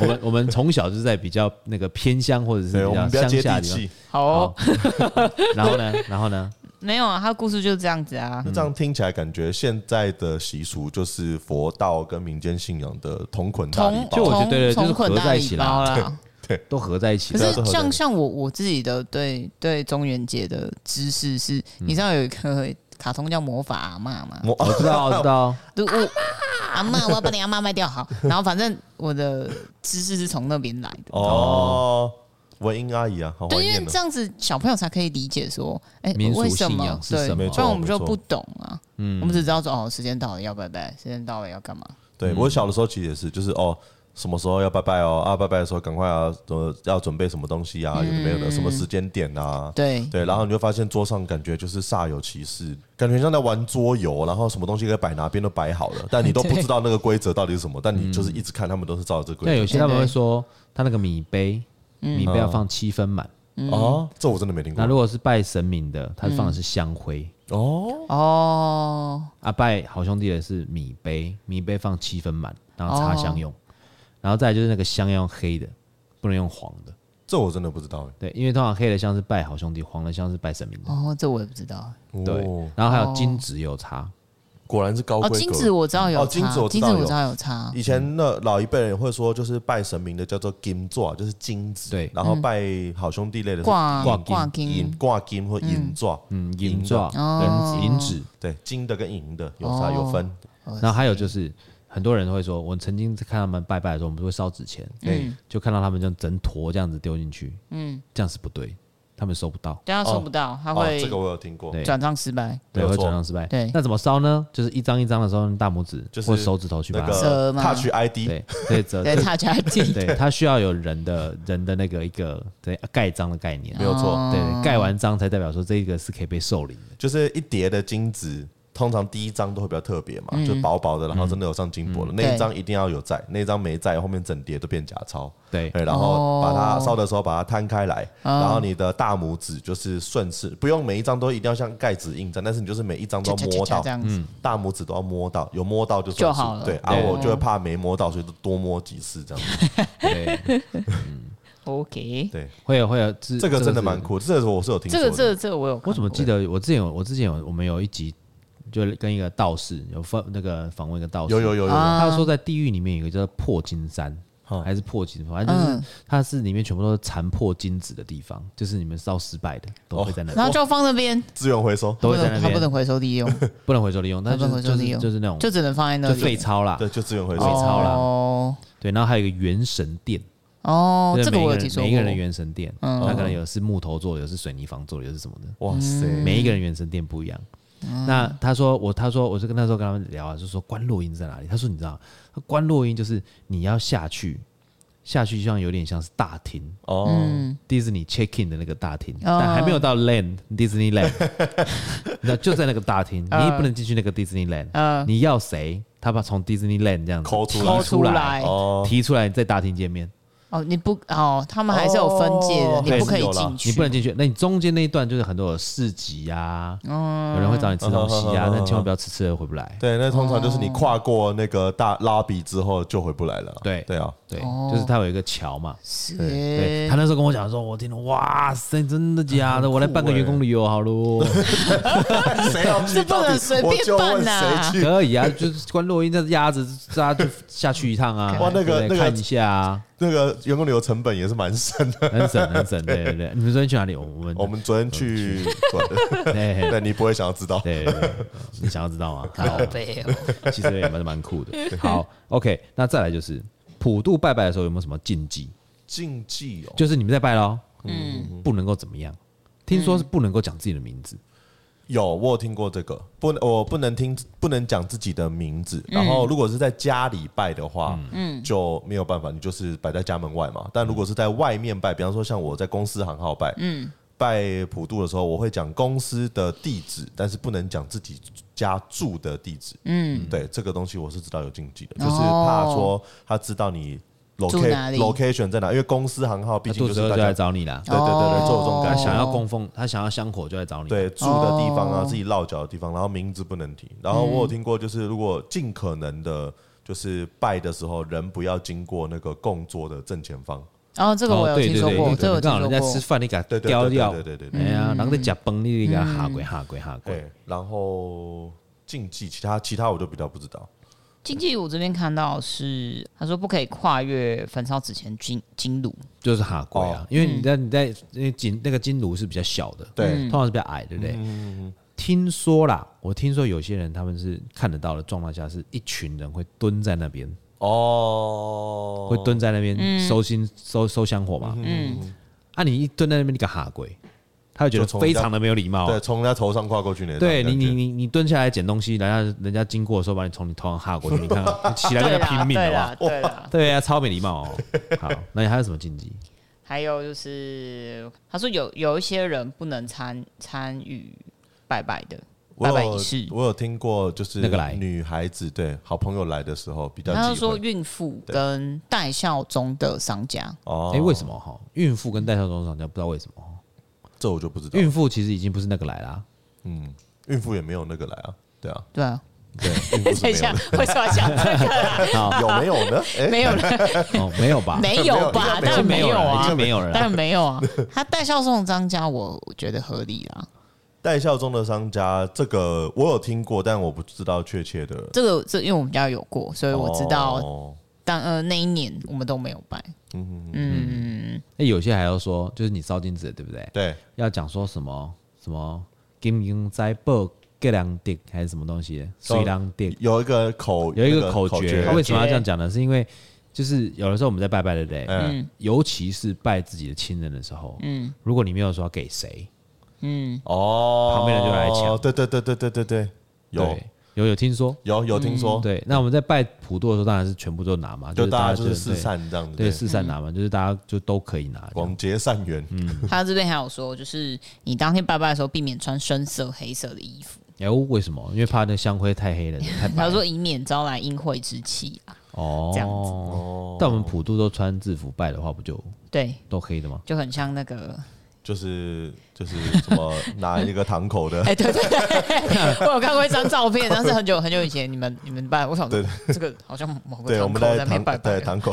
Speaker 1: 我们我们从小就是在比较那个偏乡或者是
Speaker 2: (laughs) 对，我
Speaker 1: 比
Speaker 2: 们不要
Speaker 1: 较乡
Speaker 2: 接
Speaker 1: 下
Speaker 2: 地
Speaker 1: 的地方。嗯
Speaker 2: 气，
Speaker 3: 好哦，
Speaker 1: (laughs) 然后呢，然后呢，
Speaker 3: 没有啊，他的故事就是这样子啊
Speaker 2: 那。这样听起来感觉现在的习俗就是佛道跟民间信仰的同捆大礼
Speaker 3: 同
Speaker 1: 嗯就我觉
Speaker 3: 同
Speaker 1: 得对就是
Speaker 3: 同捆
Speaker 1: 合
Speaker 3: 大
Speaker 1: 在一
Speaker 3: 礼
Speaker 1: 起啦
Speaker 3: 包啦。
Speaker 1: 都合在一起
Speaker 3: 可
Speaker 1: 了。
Speaker 3: 是
Speaker 2: 对啊
Speaker 3: 像像我我自己的对对中元节的知识是，
Speaker 1: 嗯
Speaker 3: 你知道有一个卡通叫魔法阿妈吗？
Speaker 2: 包。
Speaker 1: 我知道，我知 (laughs) 道，
Speaker 3: 对我阿妈，我要把你阿妈卖掉好。然后反正我的知识是从那边来的。
Speaker 2: 哦，文英阿姨啊，好怀
Speaker 3: 对，因为
Speaker 2: 念
Speaker 3: 这
Speaker 2: 哦。
Speaker 3: 样子小朋友才可以理解说，哎、
Speaker 1: 民俗
Speaker 3: 为什
Speaker 1: 信
Speaker 3: 么
Speaker 1: 仰？是
Speaker 3: 对，
Speaker 1: 什么嗯
Speaker 2: 没错
Speaker 3: 不然我们
Speaker 2: 没
Speaker 3: 就
Speaker 2: 错
Speaker 3: 不懂啊。我们只知道说哦，时间到了要拜拜，时间到了要干嘛？
Speaker 1: 嗯
Speaker 2: 对我小的时候其实也是，就是哦。什么时候要拜拜哦？啊，拜拜的时候赶快啊，呃，要准备什么东西啊？
Speaker 1: 嗯
Speaker 2: 有的没有的，什么时间点啊？
Speaker 3: 对，
Speaker 2: 对，然后你就发现桌上感觉就是煞有其事，感觉像在玩桌游，然后什么东西该摆哪边都摆好
Speaker 1: (laughs)
Speaker 2: 了，但你都不知道那个规则到底是什么，但你就是一直看他们都是照着这个
Speaker 1: 那有
Speaker 2: 规
Speaker 1: 些他们会说，他那个米杯，
Speaker 3: 嗯
Speaker 1: 米杯要放七分满。
Speaker 2: 则。哦，这我真的没听
Speaker 1: 那如
Speaker 2: 过。
Speaker 1: 果是拜神明的，他放的是香
Speaker 3: 嗯
Speaker 1: 灰
Speaker 2: 哦，
Speaker 3: 哦，
Speaker 1: 啊；拜好兄弟的是米杯，米杯放七分满，然后插香
Speaker 3: 哦
Speaker 1: 用。然后再来就是那个香要用黑的，不能用黄的。
Speaker 2: 这我真的不知道
Speaker 1: 对，因为通常黑的香是拜好兄弟，黄的香是拜神明的。
Speaker 3: 哦，这我也不知道。
Speaker 2: 哎。
Speaker 1: 对
Speaker 2: 哦，
Speaker 1: 然后还有金纸有差，
Speaker 2: 果然是高
Speaker 3: 哦，
Speaker 2: 规
Speaker 3: 金子
Speaker 2: 格。
Speaker 3: 我知道有
Speaker 2: 哦
Speaker 3: 差，
Speaker 2: 金子我知
Speaker 3: 金
Speaker 2: 道
Speaker 3: 子
Speaker 2: 有
Speaker 3: 我知道有差。
Speaker 2: 以前那老一辈人也会说，就是拜神明的叫做金座，就是金子。
Speaker 1: 对
Speaker 2: 然后拜好兄弟类的是
Speaker 3: 嗯挂
Speaker 1: 挂
Speaker 3: 挂
Speaker 2: 银
Speaker 3: 金，
Speaker 2: 挂金或银座。
Speaker 1: 嗯，银
Speaker 2: 的
Speaker 1: 座、
Speaker 3: 哦
Speaker 1: 对银纸，
Speaker 2: 对，金的跟银的有啥有分？
Speaker 1: 然后还有就是，很多人会说，我曾经看他们拜拜的时候，我们都会烧纸钱，
Speaker 2: 哎，
Speaker 1: 就看到他们这样整坨这样子丢进去，嗯，这样是不对，他们收不到，
Speaker 3: 对他收不到，他
Speaker 2: 哦，
Speaker 3: 会
Speaker 2: 这个我有听过。
Speaker 1: 对
Speaker 3: 转账失
Speaker 2: (laughs)
Speaker 3: 败。
Speaker 2: 没
Speaker 1: 对，
Speaker 2: 有
Speaker 1: 会
Speaker 2: 错
Speaker 1: 转让失败。
Speaker 3: 对
Speaker 1: 那怎么烧呢？就是一张一张的时候，用大拇指
Speaker 2: 就是
Speaker 1: 或手指头去把
Speaker 2: 那
Speaker 1: 它烧，
Speaker 2: 个
Speaker 3: 折吗
Speaker 2: Touch ID，
Speaker 1: 对，对，折，
Speaker 3: 对，他家地
Speaker 1: 对，它需要有人的人的那个一个对盖章的概念，
Speaker 2: 没有错。
Speaker 3: 哦
Speaker 1: 对，盖完章才代表说这个是可以被受领的。
Speaker 2: 就是一叠的金子，通常第一张都会比较特别嘛，就薄薄的，然
Speaker 1: 嗯
Speaker 2: 后真的有上金箔的、那一张一定要有在，那一张没在，后面整叠都变假钞。
Speaker 1: 对，
Speaker 2: 对，然后把它烧的时候把它摊开来，然后你的大拇指就是顺势，不用每一张都一定要像盖子印章，但是你就是每一张
Speaker 3: (laughs)
Speaker 2: 都要摸到嗯
Speaker 3: 这，样子。
Speaker 2: 大拇指都要摸到，有摸到就算
Speaker 3: 就好
Speaker 2: 数
Speaker 3: 了
Speaker 2: 对，啊，
Speaker 1: 对
Speaker 2: 我就会怕没摸到，所以就多摸几次这样子。
Speaker 1: 对，
Speaker 2: (laughs)
Speaker 3: OK，
Speaker 2: 对，
Speaker 1: 会有会有，这
Speaker 2: 这个真的蛮
Speaker 1: 是
Speaker 2: 酷，这个我是有听
Speaker 3: 这
Speaker 2: 说
Speaker 3: 个
Speaker 2: 的。
Speaker 3: 这个这个我有看过，
Speaker 1: 我怎么记得我之前有我之前有我们有一集就跟一个道士有访那个访问一个道士，
Speaker 2: 有有有有有，
Speaker 3: 啊
Speaker 1: 他说在地狱里面有一个叫做破金山。
Speaker 2: 哦
Speaker 1: 还是破金，反
Speaker 3: 嗯
Speaker 1: 正就是它是里面全部都是残破金子的地方，就是你们烧失败的都
Speaker 2: 哦
Speaker 1: 会在那，
Speaker 3: 然后就放那边，
Speaker 2: 资源回收，
Speaker 1: 都
Speaker 3: 不
Speaker 1: 会在
Speaker 3: 能
Speaker 1: 那
Speaker 3: 它不
Speaker 1: 边，
Speaker 3: 能回收利用，
Speaker 1: 不能回收利用，但
Speaker 3: 它
Speaker 1: 就
Speaker 3: 不能回
Speaker 1: 是就
Speaker 3: 收利
Speaker 1: 是
Speaker 3: 用，
Speaker 1: 就是那种
Speaker 3: 就只能放在那
Speaker 1: 就
Speaker 3: 里，
Speaker 1: 废钞啦
Speaker 2: 对，，就资源回
Speaker 1: 废
Speaker 2: 收。
Speaker 1: 钞啦
Speaker 3: 哦
Speaker 1: 对，然后还有一个元神殿，
Speaker 3: 哦
Speaker 1: 就，是
Speaker 3: 这个
Speaker 1: 每一
Speaker 3: 我
Speaker 1: 个
Speaker 3: 有听
Speaker 1: 人
Speaker 3: 说
Speaker 1: 每一个人的
Speaker 3: 过。嗯
Speaker 1: 元神殿，它可能有是木头做的，有是水泥房做的，有是什么的，
Speaker 2: 哇塞，
Speaker 1: 每一个人原生店不一样。那他说我，他说我是跟那时候跟他们聊啊，就说观落阴在哪里？他说你知道，观落阴就是你要下去，下去就像有点像是大厅
Speaker 2: 哦，
Speaker 1: 迪士尼 check in 的那个大厅，但还没有到 land (laughs) Disneyland，那就在那个大厅，你也不能进去那个 Disneyland，、你要谁，他把从 Disneyland 这样子
Speaker 2: 抠出来
Speaker 1: 提
Speaker 3: 抠出
Speaker 1: 出来，
Speaker 3: 来
Speaker 2: 哦
Speaker 1: 提出来在大厅见面，
Speaker 3: 哦，你不哦，他们还是有分界的，
Speaker 2: 哦
Speaker 3: 你不可
Speaker 2: 还是
Speaker 3: 以
Speaker 2: 有啦
Speaker 3: 进去，
Speaker 1: 你不能进去。那你中间那一段就是很多有市集啊，
Speaker 3: 哦
Speaker 1: 有人会找你吃东西啊，
Speaker 2: 嗯嗯嗯嗯
Speaker 1: 但千万不要吃吃了回不来。
Speaker 2: 对，那通常就是你跨过那个大拉比之后就回不来了。
Speaker 1: 对
Speaker 2: 对啊，
Speaker 1: 对，
Speaker 3: 哦
Speaker 1: 就是它有一个桥嘛。
Speaker 3: 是
Speaker 1: 对他那时候跟我讲说，我听了，哇塞，真的假的？我来办个员
Speaker 3: 欸
Speaker 1: 工旅游好
Speaker 2: (laughs)
Speaker 1: 喽，
Speaker 2: 谁要去
Speaker 3: 这不
Speaker 2: 到
Speaker 3: 能
Speaker 2: 底？
Speaker 3: 随
Speaker 2: 我
Speaker 3: 便
Speaker 2: 就问
Speaker 3: 办啊
Speaker 2: 谁去？
Speaker 1: 可以啊，就是关洛英这鸭子，大家就下去一趟啊，
Speaker 2: 哇那个
Speaker 1: 对
Speaker 2: 那个
Speaker 1: 看一下啊，
Speaker 2: 那个员工旅游成本也是蛮深的。
Speaker 1: 很省很省，对对对。你们昨天去哪里？我们
Speaker 2: 我们昨天去，对
Speaker 1: 对
Speaker 2: 对，你不会想要知道。
Speaker 1: 对，对对你想要知道吗？好，
Speaker 3: 北 (laughs)
Speaker 1: 其实也蛮蛮酷的。好，OK，那再来就是普渡拜拜的时候有没有什么禁忌？
Speaker 2: 竞技哦，
Speaker 1: 就是你们在拜喽，嗯，不能够怎么样？听说是不能够讲自己的名字，
Speaker 2: 嗯有，我有听过这个，不，我不能听，不能讲自己的名字。
Speaker 1: 嗯
Speaker 2: 然后，如果是在家里拜的话，嗯，就没有办法，你就是摆在家门外
Speaker 1: 嗯
Speaker 2: 嘛。但如果是在外面拜，比方说像我在公司行号拜，嗯，拜普渡的时候，我会讲公司的地址，但是不能讲自己家住的地址。嗯，对，这个东西我是知道有禁忌的，就是怕说他知道你
Speaker 3: 住哪
Speaker 2: location
Speaker 3: 里
Speaker 2: location 在哪，因为公司行号毕
Speaker 1: 他啊
Speaker 2: 竟
Speaker 1: 肚
Speaker 2: 就
Speaker 1: 子
Speaker 2: 是
Speaker 1: 饿
Speaker 2: 大
Speaker 1: 就来
Speaker 2: 家。
Speaker 1: 找你啦。
Speaker 2: 对对对对，就有这种
Speaker 1: 他
Speaker 3: 哦
Speaker 2: 感觉。
Speaker 1: 想要供奉，他想要香火就来找你。，
Speaker 2: 对，住的地方啊，
Speaker 3: 哦
Speaker 2: 自己落脚的地方，然后名字不能提。然后
Speaker 1: 嗯
Speaker 2: 我有听过，就是如果尽可能的，就是拜的时候，人不要经过那个供桌的正前方。
Speaker 3: 然后这个我
Speaker 1: 哦，
Speaker 3: 有
Speaker 1: 对
Speaker 3: 听
Speaker 1: 对
Speaker 3: 说
Speaker 1: 对，
Speaker 3: 过，
Speaker 1: 你
Speaker 3: 这
Speaker 1: 可
Speaker 3: 个我
Speaker 1: 能
Speaker 3: 听
Speaker 1: 刚好
Speaker 3: 说
Speaker 1: 人家吃
Speaker 3: 过。嗯
Speaker 1: 饭，你给他
Speaker 2: 对对
Speaker 1: 叼
Speaker 2: 对
Speaker 1: 掉
Speaker 2: 对，对对
Speaker 1: 哎
Speaker 2: 对
Speaker 1: 呀，然后在夹崩，你给他下跪下跪下跪
Speaker 2: 对。。然后禁忌，其他其他我就比较不知道。
Speaker 3: 经济我这边看到是，他说不可以跨越焚烧纸钱金金炉，
Speaker 1: 就是哈龟啊，
Speaker 2: 哦
Speaker 1: 因
Speaker 3: 嗯
Speaker 1: 为你在你在那个金那个金炉是比较小的，
Speaker 2: 对嗯
Speaker 1: 通常是比较矮，对不对？听说啦，我听说有些人他们是看得到的状态下，是一群人会蹲在那边，
Speaker 2: 哦，
Speaker 1: 会蹲在那边收心收收香火嘛。
Speaker 3: 嗯，
Speaker 1: 啊，你一蹲在那边，你个哈龟，他会觉得
Speaker 2: 就从
Speaker 1: 非常的没有礼貌啊、
Speaker 2: 对，从人家头上跨过去那种
Speaker 1: 对
Speaker 2: 感
Speaker 1: 你，
Speaker 2: 觉
Speaker 1: 你你你蹲下来捡东西，人家人家经过的时候把你从你头上哈过去，你看起来
Speaker 3: 对
Speaker 1: 跟个
Speaker 3: 啦，
Speaker 1: 拼命
Speaker 3: 对
Speaker 1: 的
Speaker 3: 啦，
Speaker 1: 吧？
Speaker 3: 对啦。
Speaker 1: 对啊，超没礼貌哦。好，那你还有什么禁忌？
Speaker 3: 还有就是，他说有有一些人不能参参与拜拜的
Speaker 2: 我
Speaker 3: 拜拜
Speaker 2: 有
Speaker 3: 仪式，
Speaker 2: 我有听过，就是
Speaker 1: 那个来
Speaker 2: 女孩子对好朋友来的时候比较
Speaker 3: 他就
Speaker 2: 忌
Speaker 3: 说
Speaker 2: 讳
Speaker 3: 孕妇跟带孝中的商家，
Speaker 2: 哦
Speaker 1: 哎，为什么哈？孕妇跟代销中厂家不知道为什么哦。
Speaker 2: 这我就不知道。
Speaker 1: 孕妇其实已经不是那个来啦，
Speaker 2: 嗯，孕妇也没有那个来啊，对啊，
Speaker 3: 对啊，
Speaker 2: 对，孕妇是
Speaker 3: (laughs) 等
Speaker 2: 没
Speaker 3: 一
Speaker 2: 有
Speaker 3: 下为什么讲这个啦？
Speaker 1: 啊
Speaker 2: 的，有
Speaker 1: (laughs)
Speaker 2: 没有呢？哎，
Speaker 3: 没有人，
Speaker 1: 哦，没有吧？
Speaker 3: 没有吧？
Speaker 1: 已
Speaker 3: 当
Speaker 1: 经
Speaker 3: 然
Speaker 1: 没
Speaker 3: 有
Speaker 1: 了，已
Speaker 3: 啊
Speaker 1: 经，没有了
Speaker 3: 当
Speaker 1: 啦。
Speaker 3: 然没
Speaker 1: (laughs)
Speaker 3: 有啊。他带孝送张家，我觉得合理啦。
Speaker 2: 代销中的商家，这个我有听过，但我不知道确切的。
Speaker 3: 这个这因为我们家有过，所以呃我知道，
Speaker 2: 哦、
Speaker 3: 当呃那一年我们都没有拜。嗯
Speaker 1: 那哎有些还要说，就是你烧金子，对不对？
Speaker 2: 对，
Speaker 1: 要讲说什么什么金银财宝给两滴还是什么东西？水两滴
Speaker 2: 有一个口
Speaker 1: 有一
Speaker 2: 那
Speaker 1: 个口
Speaker 2: 口
Speaker 1: 诀，他为什么要这样讲呢？是因为就是有的时候我们在拜拜，对不对？
Speaker 2: 嗯
Speaker 1: 尤其是拜自己的亲人的时候，嗯，如果你没有说要给谁，
Speaker 3: 嗯，
Speaker 2: 哦，
Speaker 1: 旁边人就来抢
Speaker 2: 对对对对对对对，有
Speaker 1: 对有有听说，
Speaker 2: 有有听说，
Speaker 1: 对。那我们在拜普渡的时候，当然是全部都拿嘛，
Speaker 2: 就是大
Speaker 1: 大
Speaker 2: 家就是四
Speaker 1: 对
Speaker 2: 散这样子，
Speaker 1: 对四散拿嘛，就是大家就都可以拿。这样
Speaker 2: 广结善缘，嗯，
Speaker 3: 他这边还有说，就是你当天拜拜的时候，避免穿深色、黑色的衣服。
Speaker 1: 哎、为什么？因为怕那香灰太黑了，太白
Speaker 3: 他
Speaker 1: 了。
Speaker 3: 说，以免招来阴晦之气啊。
Speaker 1: 哦，
Speaker 3: (laughs) 这样子
Speaker 2: 哦
Speaker 1: 子。但我们普渡都穿制服拜的话，不就
Speaker 3: 对，
Speaker 1: 都黑的吗？
Speaker 3: 就很像那
Speaker 1: (laughs)
Speaker 3: 个，
Speaker 2: 就是就是什么拿一个堂口的
Speaker 3: (laughs) 哎、，对对 (laughs) 对，我有看过一张照片，但是很久很久以前，你们你们拜，我想说这个好像某个
Speaker 2: 对，我
Speaker 3: 堂
Speaker 2: 们
Speaker 3: 口
Speaker 2: 在
Speaker 3: 面
Speaker 2: 堂
Speaker 3: 拜拜
Speaker 2: 对，堂口，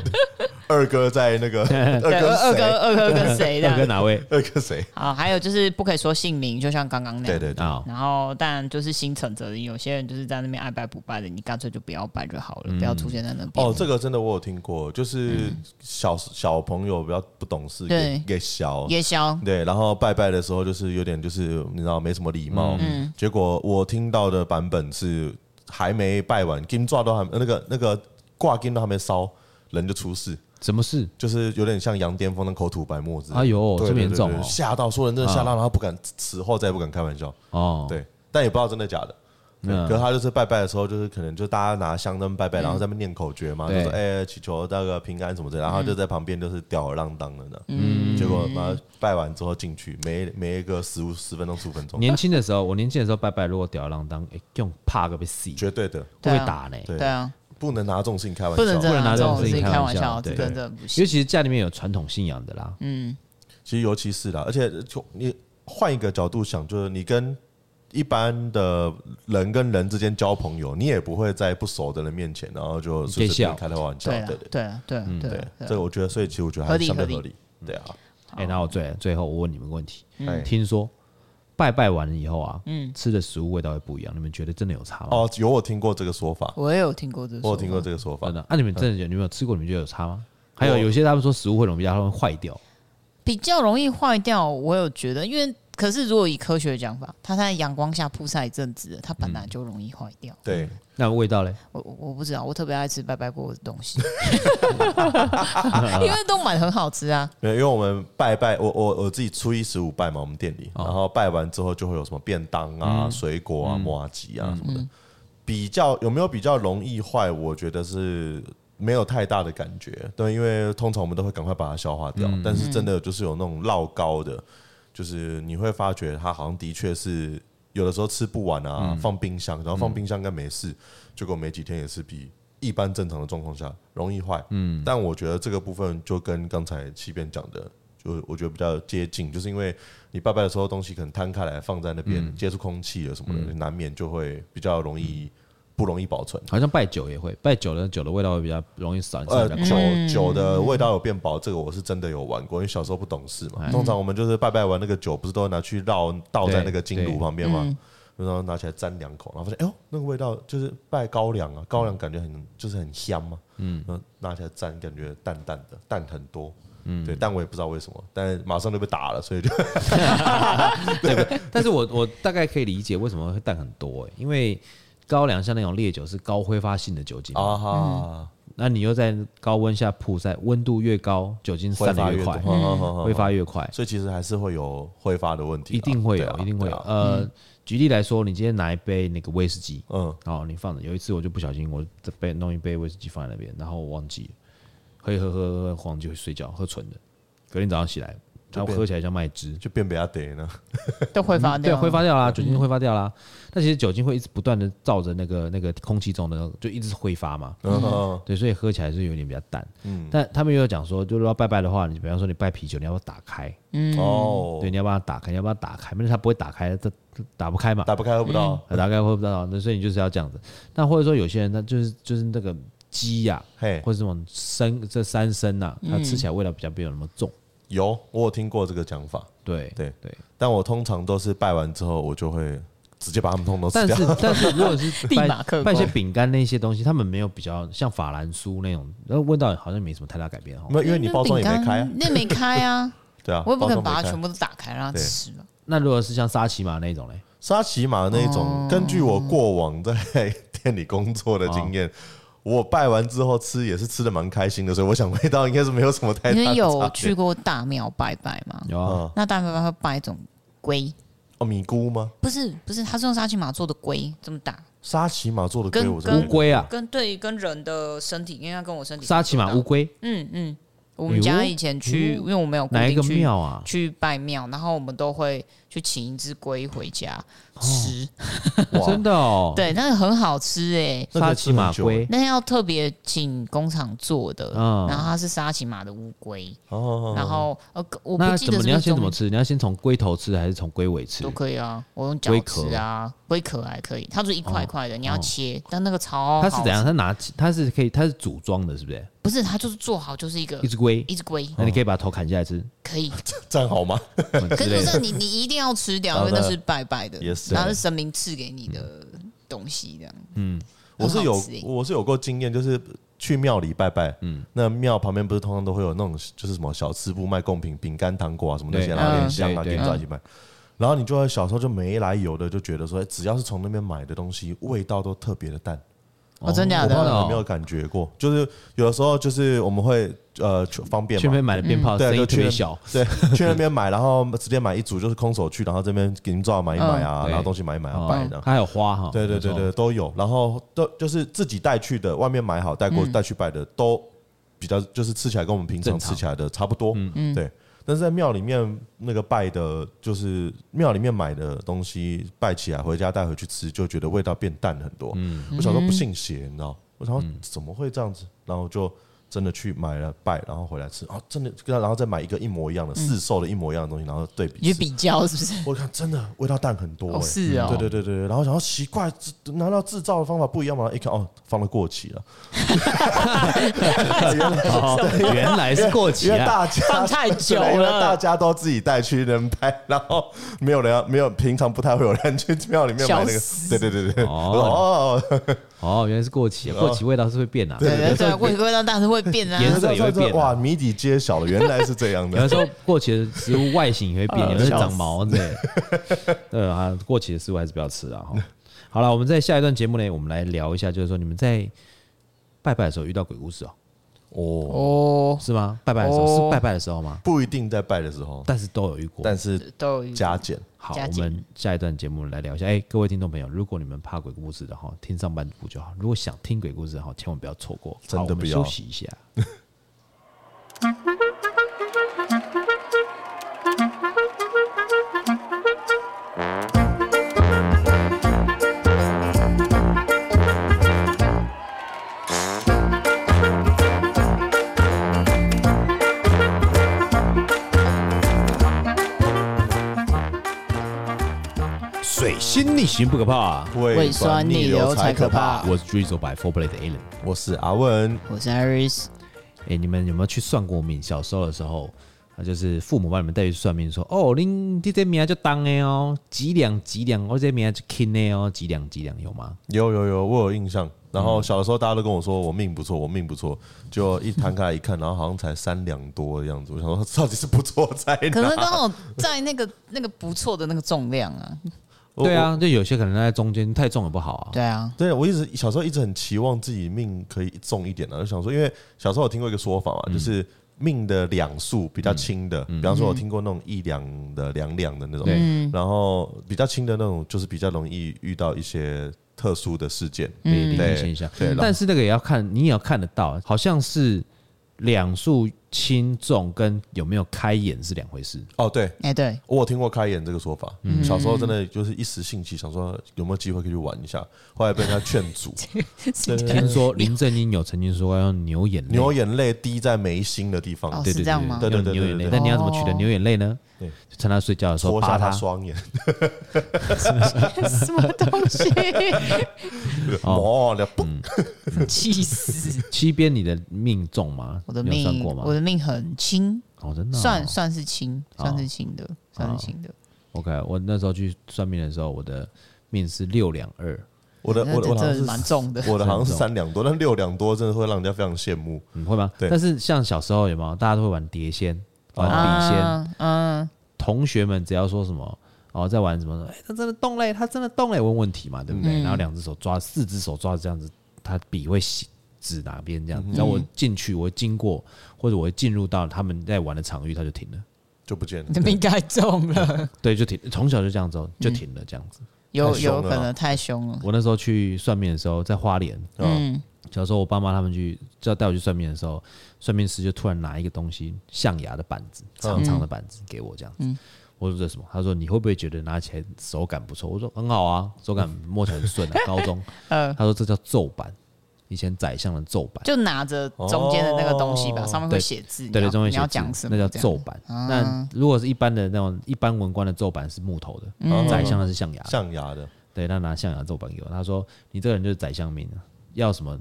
Speaker 2: (laughs) 二哥
Speaker 1: (laughs)
Speaker 2: 在那个二
Speaker 3: 对，
Speaker 2: 哥
Speaker 3: 二
Speaker 2: 是
Speaker 3: 哥
Speaker 2: 谁？
Speaker 3: 二哥跟谁
Speaker 1: 二哥
Speaker 3: 的？
Speaker 1: 哪位
Speaker 2: 二哥谁？
Speaker 3: 好，还有就是不可以说姓名，就像刚刚那
Speaker 2: 对
Speaker 3: 样。
Speaker 2: 对对，
Speaker 1: 啊？
Speaker 3: 然后，但就是心诚则灵，有些人就是在那边爱拜不拜的，你干脆就不要拜就好了，不要出现在那边。
Speaker 2: 哦，这个真的我有听过，就是
Speaker 1: 嗯
Speaker 2: 小、小朋友比较不懂事，
Speaker 3: 对
Speaker 2: 给给小。
Speaker 3: 夜宵，
Speaker 2: 对，然后拜拜的时候就是有点就是你知道没什么礼貌，
Speaker 1: 嗯
Speaker 2: 结果我听到的版本是还没拜完，金爪都还那个那个挂金都还没烧，人就出事，
Speaker 1: 什么事？
Speaker 2: 就是有点像羊癫疯的口吐白沫之类的。
Speaker 1: 哎呦
Speaker 2: 对
Speaker 1: 这么
Speaker 2: 对
Speaker 1: 严
Speaker 2: 对
Speaker 1: 重
Speaker 2: 对
Speaker 1: 哦
Speaker 2: 吓到，说人真的吓到，然后不敢此后再也不敢开玩笑。
Speaker 1: 哦，
Speaker 2: 对，但也不知道真的假的。对
Speaker 1: 嗯
Speaker 2: 可是他就是拜拜的时候，就是可能就大家拿香灯拜拜，然后在那边念口诀嘛，就
Speaker 1: 对嗯
Speaker 2: 说哎祈求那个平安什么之类的，然后就在旁边就是吊儿郎当的呢。结果妈拜完之后进去，没没一个十五十分钟十五分钟，
Speaker 1: 年轻的时候，我年轻的时候拜拜，如果吊儿郎当，哎、用怕个被死，会
Speaker 2: 绝对的。
Speaker 1: 被打呢。
Speaker 2: 对哦
Speaker 3: 对啊，
Speaker 2: 不能拿这种事情开玩笑，
Speaker 3: 不能真的啊
Speaker 1: 不能拿
Speaker 3: 这
Speaker 1: 这
Speaker 3: 种
Speaker 1: 种
Speaker 3: 事
Speaker 1: 事
Speaker 3: 情
Speaker 1: 情
Speaker 3: 开
Speaker 1: 开
Speaker 3: 玩
Speaker 1: 玩
Speaker 3: 笑，
Speaker 1: 笑
Speaker 3: 这
Speaker 1: 对
Speaker 3: 真的不
Speaker 1: 因为
Speaker 3: 行。
Speaker 1: 其实家里面有传统信仰的啦，
Speaker 3: 嗯，
Speaker 2: 其实尤其是啦，而且就你换一个角度想，就是你跟一般的人跟人之间交朋友，你也不会在不熟的人面前，然后就随
Speaker 1: 你可以
Speaker 2: 便
Speaker 1: 笑
Speaker 2: 开他玩笑，
Speaker 3: 对啊
Speaker 2: 对
Speaker 3: 了
Speaker 2: 对，对
Speaker 3: 对了，对了，对啊了
Speaker 2: 对，
Speaker 3: 对
Speaker 2: 这
Speaker 3: 了。
Speaker 2: 个我觉得，所以其实我觉得
Speaker 3: 合
Speaker 2: 还
Speaker 3: 理
Speaker 2: 是相对
Speaker 3: 合理
Speaker 2: 合理，对啊，
Speaker 1: 哎、那我最最后我问你们个问题，
Speaker 2: 哎
Speaker 1: 听说拜拜完了以后啊，
Speaker 3: 嗯
Speaker 1: 吃的食物味道会不一样，你们觉得真的有差吗？
Speaker 2: 哦，有我听过这个说法，
Speaker 3: 我也有听过这，
Speaker 2: 我有听过，这个说法
Speaker 1: 真，的，啊那、你们真的有你们有吃过，你们觉得有差吗？还有
Speaker 2: 我
Speaker 1: 有些他们说食物会容易它会坏掉，
Speaker 3: 比较容易坏掉。我有觉得，因为可是如果以科学的讲法，它在阳光下曝晒一阵子了，它本来就容易坏掉。
Speaker 2: 对，
Speaker 1: 那味道嘞？
Speaker 3: 我我我不知道，我特别爱吃拜拜锅的东西， (laughs) 因为都买得很好吃啊。
Speaker 2: 没有因为我们拜拜，我我我自己初一十五拜嘛，我们店里，然后拜完之后就会有什么便当啊、水果啊、麻吉啊什么
Speaker 3: 嗯
Speaker 2: 的，比较有没有比较容易坏？我觉得是没有太大的感觉，对，因为通常我们都会赶快把它消化掉，但是真的就是有那种烙高的，就是你会发觉它好像的确是有的时候吃不完啊，放冰箱，然后放冰箱应该没事，结果没几天也是比一般正常的状况下容易坏。嗯，但我觉得这个部分就跟刚才七边讲的，就我觉得比较接近，就是因为你拜拜的时候东西可能摊开来放在那边，接触空气了啊什么的，难免就会比较容易不容易保存。
Speaker 1: 好像拜酒也会，拜酒的酒的味道会比较容易少，你吃
Speaker 2: 呃
Speaker 1: 得，比较
Speaker 2: 酒酒的味道有变薄，这个我是真的有玩过，因为小时候不懂事
Speaker 1: 嗯
Speaker 2: 嘛。通常我们就是拜拜完那个酒，不是都会拿去绕倒在那个金炉旁边嘛，
Speaker 1: 嗯
Speaker 3: 嗯
Speaker 2: 然后拿起来沾两口，然后发现哎呦，那个味道就是拜高粱
Speaker 1: 嗯
Speaker 2: 啊，高粱感觉很就是很香嘛，嗯，然后拿起来沾，感觉淡淡的，淡很多。嗯，对，但我也不知道为什么，但马上就被打了，所以就
Speaker 1: 对，但是我 (laughs) 我大概可以理解为什么会淡很多、欸，因为高粱像那种烈酒是高挥发性的酒精嘛，
Speaker 2: 啊哈，
Speaker 1: 那你又在高温下曝晒，温度越高，酒精
Speaker 2: 挥
Speaker 1: 散
Speaker 2: 发
Speaker 1: 的
Speaker 2: 越
Speaker 1: 越
Speaker 2: 多
Speaker 1: 快，，嗯
Speaker 2: 哈哈哈
Speaker 1: 挥发越快，
Speaker 2: 所以其实还是会有挥发的问题啊，
Speaker 1: 一定会
Speaker 2: 对
Speaker 1: 有，
Speaker 2: 啊
Speaker 1: 一定会有。
Speaker 2: 对啊
Speaker 1: 呃，举例来说，你今天拿一杯那个威士忌，
Speaker 2: 嗯，
Speaker 1: 哦，你放着。有一次我就不小心，我这杯弄一杯威士忌放在那边，然后我忘记了，喝一喝喝喝喝忘记睡觉，喝纯的。隔天早上起来，然后
Speaker 2: 变
Speaker 1: 喝起来像麦汁，
Speaker 2: 就变比较得呢，
Speaker 3: 都挥发
Speaker 1: 对
Speaker 3: 掉，
Speaker 1: 啊，挥发掉啦，酒精挥发掉啦。那其实酒精会一直不断的照着那个那个空气中的，就一直挥发嘛。
Speaker 2: (laughs) 嗯哼
Speaker 1: 对，所以喝起来是有点比较淡。但他们又有讲说，就是要拜拜的话，你比方说你拜啤酒，你要不要打开？
Speaker 3: 嗯
Speaker 2: 哦
Speaker 1: 对，，你要把它打开，你要把它打开，但是它不会打开，它它打不开嘛。
Speaker 2: 打不开喝不
Speaker 3: 嗯
Speaker 2: 到，
Speaker 1: 呃大概会不知道，那所以你就是要这样子。那或者说有些人他就是就是那个鸡呀、
Speaker 2: 嘿，
Speaker 1: 或者这种参这三参呐、它吃起来味道比较没有那么重。
Speaker 2: 有我有听过这个讲法，
Speaker 1: 对
Speaker 2: 对
Speaker 1: 对，
Speaker 2: 但我通常都是拜完之后，我就会直接把他们通通吃
Speaker 1: 但
Speaker 2: 掉。
Speaker 1: 是但是如果是
Speaker 3: 立
Speaker 1: 拜
Speaker 3: 马克
Speaker 1: 拜一些
Speaker 3: 功
Speaker 1: 饼干那些东西，他们没有比较像法兰酥那种，那味道好像没什么太大改变哈
Speaker 2: 没。有，因为你包装也没开啊，
Speaker 3: 那没开
Speaker 2: (laughs)
Speaker 3: 啊，
Speaker 2: 对啊，
Speaker 3: 我也不可能
Speaker 2: 包
Speaker 3: 把
Speaker 2: 装
Speaker 3: 它
Speaker 2: 没开
Speaker 3: 全部都打开让它
Speaker 2: 对
Speaker 3: 吃吧。
Speaker 1: 那如果是像沙琪玛那种嘞，
Speaker 2: 沙琪玛那
Speaker 3: 哦
Speaker 2: 种，根据我过往在店里工作的经
Speaker 3: 哦
Speaker 2: 验，我拜完之后吃也是吃的蛮开心的，所以我想味道应该是没有哎什么太
Speaker 3: 你
Speaker 2: 大的
Speaker 3: 们有
Speaker 2: 差别
Speaker 3: 去过大庙拜拜吗？
Speaker 1: 有啊，
Speaker 2: 啊？
Speaker 3: 那大庙拜拜会拜一种龟，
Speaker 2: 哦，米菇吗？
Speaker 3: 不是不是，它是用沙琪玛做的龟，这么大，
Speaker 2: 沙琪玛做的
Speaker 3: 跟
Speaker 2: 龟，我真
Speaker 1: 乌
Speaker 2: 的
Speaker 3: 跟
Speaker 1: 龟啊，
Speaker 3: 跟对跟人的身体，因为它跟我身体
Speaker 1: 沙琪玛乌龟，
Speaker 3: 嗯嗯，我们家以前去，因为我没有固
Speaker 1: 哪一个
Speaker 3: 定去
Speaker 1: 庙啊？
Speaker 3: 去拜庙，然后我们都会去请一只龟回家吃，
Speaker 1: 真的哦，，
Speaker 3: 对，那个很好吃哎。
Speaker 2: 那
Speaker 1: 沙
Speaker 2: 个
Speaker 1: 琪
Speaker 2: 吃
Speaker 1: 玛
Speaker 2: 很久
Speaker 1: 龟，
Speaker 3: 那要特别请工厂做的，
Speaker 1: 嗯
Speaker 3: 然后它是沙琪玛的乌龟，
Speaker 2: 哦，
Speaker 3: 然后呃，我不
Speaker 1: 那
Speaker 3: 记
Speaker 1: 怎
Speaker 3: 得
Speaker 1: 么
Speaker 3: 是
Speaker 1: 你
Speaker 3: 不
Speaker 1: 要
Speaker 3: 是
Speaker 1: 先怎么
Speaker 3: 中
Speaker 1: 吃？你要先从龟头吃还是从龟尾吃
Speaker 3: 都？可以啊，我用脚
Speaker 1: 龟
Speaker 3: 吃
Speaker 1: 壳
Speaker 3: 啊，龟壳还可以，它就是一块一块的，你要
Speaker 1: 哦
Speaker 3: 切，但那个超
Speaker 1: 它
Speaker 3: 好
Speaker 1: 是怎样？
Speaker 3: 吃？
Speaker 1: 它拿起它是可以，它是组装的，是不是？
Speaker 3: 不是，它就是做好就是一个
Speaker 1: 一只龟，
Speaker 3: 一只龟，
Speaker 1: 那你可以把头砍下来吃，(laughs)
Speaker 3: 可以，
Speaker 2: 这样好吗？
Speaker 1: 可
Speaker 3: 可是不是你，你一定要吃掉，
Speaker 2: 好
Speaker 3: 因
Speaker 2: 的
Speaker 3: 为那是拜拜的，
Speaker 2: 也是
Speaker 3: 然后是神明赐给你的东西，这样。
Speaker 1: 嗯
Speaker 2: 我是
Speaker 3: 很
Speaker 2: 有
Speaker 3: 好吃欸
Speaker 2: 我是有过经验，就是去庙里拜拜，嗯，那庙旁边不是通常都会有那种就是什么小吃部卖贡品、饼干、糖果啊什么那些，
Speaker 1: 对
Speaker 2: 然后
Speaker 3: 嗯
Speaker 2: 莲香
Speaker 1: 对
Speaker 2: 啊给
Speaker 1: 对
Speaker 2: 你抓一起卖。然后你就会小时候就没来由的就觉得说，哎只要是从那边买的东西，味道都特别的淡。
Speaker 3: 哦真假
Speaker 2: 我
Speaker 3: 的
Speaker 2: 不知道你
Speaker 1: 哦
Speaker 2: 有没有感觉过，就是有的时候就是我们会呃去方便
Speaker 1: 去那
Speaker 2: 嘛
Speaker 1: 边，买的鞭炮
Speaker 2: 对，
Speaker 1: 声
Speaker 2: 就
Speaker 1: 音特
Speaker 2: 去
Speaker 1: 别小，
Speaker 2: 对，去那边买，然后直接买一组，就是空手去，然后这边给你们照买一买啊，
Speaker 1: 嗯
Speaker 2: 然后东西买一买啊，
Speaker 1: 哦
Speaker 2: 摆的。
Speaker 1: 它还有花哈。
Speaker 2: 对对
Speaker 1: 没
Speaker 2: 对
Speaker 1: 错
Speaker 2: 对，，都有。然后都就是自己带去的，外面买好带过带去拜的，都比较就是吃起来跟我们平常
Speaker 1: 嗯正常
Speaker 2: 吃起来的差不多。嗯对。但是在庙里面那个拜的，就是庙里面买的东
Speaker 1: 嗯
Speaker 2: 西，拜起来回家带回去吃，就觉得味道变淡很多。我小时候不信邪，你知道，我想说怎么会这样子？然后就真的去买了拜，然后回来吃啊，真的，然后再买一个一模一样的
Speaker 1: 嗯
Speaker 2: 市售的一模一样的东西，然后对比
Speaker 3: 你
Speaker 2: 吃
Speaker 3: 去。比较是不
Speaker 1: (laughs)
Speaker 3: 是？
Speaker 2: 我看真的味道淡很多、欸，
Speaker 3: 哦，是哦，
Speaker 2: 对对对对，对然后想要奇怪，这难道制造的方法不一样吗？一看哦，放的过期了，
Speaker 1: 哦，原来是过期
Speaker 2: 因为
Speaker 1: 啊，
Speaker 2: 大家
Speaker 3: 放太久
Speaker 2: 对因为
Speaker 3: 了
Speaker 2: 大家都自己带去人拍，然后没有人要，没有平常不太会有人去庙里面买
Speaker 3: 笑
Speaker 2: 那个，
Speaker 3: 死
Speaker 2: 对对对对，
Speaker 1: 哦
Speaker 2: 哦，
Speaker 1: 哦，原来是过期啊，过期味道是会变啊。
Speaker 3: (laughs) 对对对，味味道当然是会变啊。
Speaker 1: 颜色也会变啊
Speaker 2: 哇，谜底揭晓了，原来是这样
Speaker 1: 有的
Speaker 2: 的，
Speaker 1: 时候过期的食物外形也会变，
Speaker 3: 呃
Speaker 1: 有的会
Speaker 3: 笑
Speaker 1: 长
Speaker 3: 死
Speaker 1: 毛之类的 (laughs) 对啊，过期的食物还是不要吃了啊哈。好了，我们在下一段节目呢，我们来聊一下，就是说你们在拜拜的时候遇到鬼故事哦，
Speaker 2: 哦，
Speaker 3: 哦，
Speaker 1: 是吗？拜拜的时候
Speaker 3: 哦
Speaker 1: 是拜拜的时候吗？
Speaker 2: 不一定在拜的时候，
Speaker 1: 但是都有遇过。
Speaker 2: 但是
Speaker 3: 都有
Speaker 2: 加减，
Speaker 1: 好，
Speaker 3: 加
Speaker 1: 我
Speaker 3: 紧
Speaker 1: 们下一段节目来聊一下。哎、各位听众朋友，如果你们怕鬼故事的哈，听上半部就好；如果想听鬼故事的哈，千万不要错过。
Speaker 2: 真的
Speaker 1: 好我们
Speaker 2: 不
Speaker 1: 休
Speaker 2: 要
Speaker 1: 息一下。水星逆行不可怕，
Speaker 3: 胃酸逆流才可怕。
Speaker 1: 我是追走百 Four Play 的 Alan。
Speaker 2: 我是阿文，
Speaker 3: 我是 Iris，
Speaker 1: 哎、你们有没有去算过命？小时候的时候，啊，就是父母帮你们带去算命，说哦，恁你这名就当的哦，几两几两，我这名就轻的哦，几两几两，有吗？
Speaker 2: 有有有，我有印象。然
Speaker 1: 嗯
Speaker 2: 后小的时候大家都跟我说我命不错，我命不错，就一摊开来一看，然后好像才三两多的样子。我想说到底是不错在
Speaker 3: (laughs) 可
Speaker 2: 哪？
Speaker 3: 是刚好在那个那个不错的那个重量啊，
Speaker 2: 我
Speaker 1: 对，啊，就有些可能在中间太重也不好啊。
Speaker 3: 对啊
Speaker 2: 我，对我一直小时候一直很期望自己命可以重一点的、就想说，因为小时候我听过一个说法
Speaker 1: 嗯
Speaker 2: 嘛，就是命的两数比较轻的，比方说我听过那种一两的、两两的那种，
Speaker 1: 对
Speaker 3: 嗯
Speaker 2: 然后比较轻的那种就是比较容易遇到一些特殊的事件。
Speaker 1: 对，灵异
Speaker 2: 对
Speaker 1: 现象
Speaker 2: 对。
Speaker 1: 但是那个也要看，你也要看得到，好像是两数轻重跟有没有开眼是两回事。
Speaker 2: 哦，对，
Speaker 3: 哎对，
Speaker 2: 我有听过开眼这个说法，
Speaker 1: 嗯
Speaker 2: 小时候真的就是一时兴起，想说有没有机会可以去玩一下，后来被人家劝
Speaker 3: (laughs)
Speaker 2: 阻，
Speaker 1: 听说林正英有曾经说要用牛眼泪，
Speaker 2: 牛眼泪滴在眉心的地
Speaker 3: 哦
Speaker 2: 方，
Speaker 1: 对
Speaker 3: 是
Speaker 1: 对
Speaker 3: 这样吗
Speaker 1: 对对
Speaker 2: 对对
Speaker 1: 用牛眼
Speaker 2: 对
Speaker 1: 泪
Speaker 2: 对。对
Speaker 1: 但你要怎么取得牛眼泪呢？
Speaker 2: 对
Speaker 1: 就趁他睡觉的时候
Speaker 2: 戳
Speaker 1: 扒
Speaker 2: 瞎
Speaker 1: 他
Speaker 2: 他，
Speaker 1: (laughs)
Speaker 2: 双眼，
Speaker 3: (laughs) 什么东西，
Speaker 2: 哦，了不，
Speaker 3: (laughs) 气死！
Speaker 1: 七边你的命重吗？
Speaker 3: 我的
Speaker 1: 你有算
Speaker 3: 命，
Speaker 1: 过吗？
Speaker 3: 我的命很轻，
Speaker 1: 哦，真的哦
Speaker 3: 算算是轻，算是轻的，算
Speaker 1: 哦
Speaker 3: 是轻的。
Speaker 1: OK。我那时候去算命的时候，我的命是六两二，
Speaker 2: 我
Speaker 1: 呃
Speaker 2: 的我的
Speaker 3: 那这
Speaker 2: 我的好像
Speaker 3: 这蛮
Speaker 2: 是
Speaker 3: 重的，
Speaker 2: 我的好像是三两多，但六两多真的会让人家非常羡慕。
Speaker 1: 你会吗？
Speaker 2: 对
Speaker 1: 但是像小时候有没有，大家都会玩碟仙，玩笔仙，
Speaker 3: 啊嗯，
Speaker 1: 同学们只要说什么。哦，在玩什么？哎、他真的动嘞，他真的动嘞，问问题嘛，对不
Speaker 3: 嗯
Speaker 1: 对？然后两只手抓，四只手抓着这样子，他笔会写指哪边这样子。然后我进去，我会经过，或者我会进入到他们在玩的场域，他就停了。
Speaker 2: 就不见了
Speaker 3: (laughs) 你的。命太
Speaker 1: (laughs)
Speaker 3: 重了，
Speaker 1: 对，就停。从小就这样子哦，
Speaker 3: 嗯
Speaker 1: 就停了哦这样子。
Speaker 3: 有
Speaker 2: 太凶
Speaker 3: 有
Speaker 2: 了
Speaker 3: 可能太凶了。
Speaker 1: 我那时候去算命的时候，在花莲，
Speaker 3: 嗯，
Speaker 1: 小时候我爸妈他们去就要带我去算命的时候，算命师就突然拿一个东西，象牙的板子，
Speaker 3: 嗯
Speaker 1: 长长的板子给我这样子。我说这是什么？他说你会不会觉得拿起来手感不错？我说很好啊，手感摸起来很
Speaker 3: (laughs)
Speaker 1: 顺啊。高中，
Speaker 3: 嗯
Speaker 1: 他说这叫奏板，以前宰相的奏板，
Speaker 3: 就拿着中间的那个东西吧，
Speaker 2: 哦
Speaker 3: 上面会写字，
Speaker 1: 对对，
Speaker 3: 你要
Speaker 1: 中文
Speaker 3: 你
Speaker 1: 写
Speaker 3: 要
Speaker 1: 字
Speaker 3: 讲什么？
Speaker 1: 那叫
Speaker 3: 这样啊
Speaker 1: 奏板。那如果是一般的那种一般文官的奏板是木头的，
Speaker 2: 嗯
Speaker 1: 宰相的是象牙的。
Speaker 2: 象牙的，
Speaker 1: 对，他拿象牙奏板给我，他说：“你这个人就是宰相命啊，要什么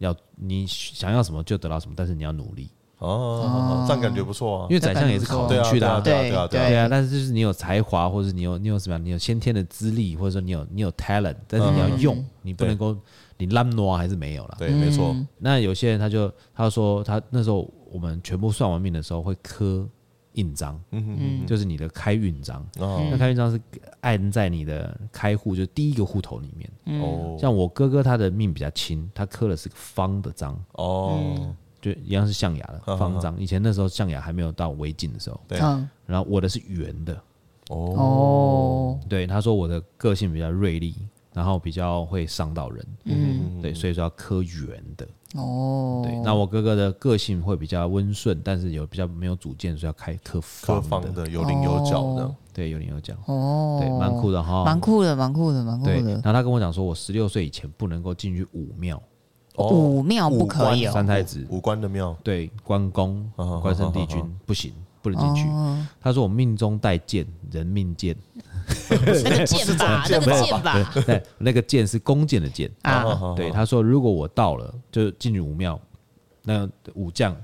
Speaker 1: 要你想要什么就得到什么，但是你要努力，
Speaker 2: 哦，这样感觉不错啊
Speaker 1: 因。为宰相也是考
Speaker 2: 对
Speaker 1: 进
Speaker 2: 啊，
Speaker 1: 去
Speaker 2: 对
Speaker 1: 的、
Speaker 2: 啊，对啊，对啊，对啊。
Speaker 1: 对啊，但是就是你有才华，或者你有你有什么样，你有先天的资历，或者说你有你有 talent，但是你要用，你不能够你烂挪还是没有啦。
Speaker 2: 嗯对，没错，
Speaker 3: 嗯
Speaker 1: 那有些人他就他说他那时候我们全部算完命的时候会刻印章，
Speaker 2: 嗯
Speaker 1: 就是你的开运章。
Speaker 2: 哦
Speaker 1: 那开运章是按在你的开户，就第一个户头里面。
Speaker 3: 嗯
Speaker 2: 哦
Speaker 1: 像我哥哥他的命比较轻，他刻的是个方的章，
Speaker 3: 嗯
Speaker 2: 哦，
Speaker 1: 就一样是象牙的方章。以前那时候象牙还没有到围巾的时候，
Speaker 2: 对
Speaker 3: 嗯，
Speaker 1: 然后我的是圆的。
Speaker 2: 哦，
Speaker 3: 哦，
Speaker 1: 对，他说我的个性比较锐利，然后比较会伤到人，
Speaker 2: 嗯，
Speaker 1: 对，所以说要刻圆的。
Speaker 3: 哦，
Speaker 1: 对，那我哥哥的个性会比较温顺，但是有比较没有主见，所以要开刻
Speaker 2: 科
Speaker 1: 方
Speaker 2: 方
Speaker 1: 的。
Speaker 2: 的有棱有角的，
Speaker 1: 对，有点有讲，
Speaker 3: 哦，
Speaker 1: 对，蛮酷的哈。
Speaker 3: 蛮酷的，蛮酷的，蛮酷
Speaker 1: 对，
Speaker 3: 的
Speaker 1: 然。后他跟我讲说，我十六岁以前不能够进去武庙，
Speaker 2: 哦，
Speaker 3: 武庙不可以
Speaker 2: 五
Speaker 1: 三
Speaker 3: 哦，
Speaker 1: 太子
Speaker 2: 五官的庙，啊
Speaker 1: 对关公
Speaker 2: 嗯哼、
Speaker 1: 关圣帝君
Speaker 2: 嗯哼
Speaker 1: 不行，不能进去。
Speaker 3: 哦
Speaker 1: 他说我命中带剑，人命剑， (laughs)
Speaker 3: (laughs) 那个剑吧，那个剑吧，
Speaker 1: 对，哦那个剑是弓箭的箭。
Speaker 2: 嗯
Speaker 3: 啊，
Speaker 2: 哼
Speaker 1: 对，，他说如果我到了，就进去武庙，那武将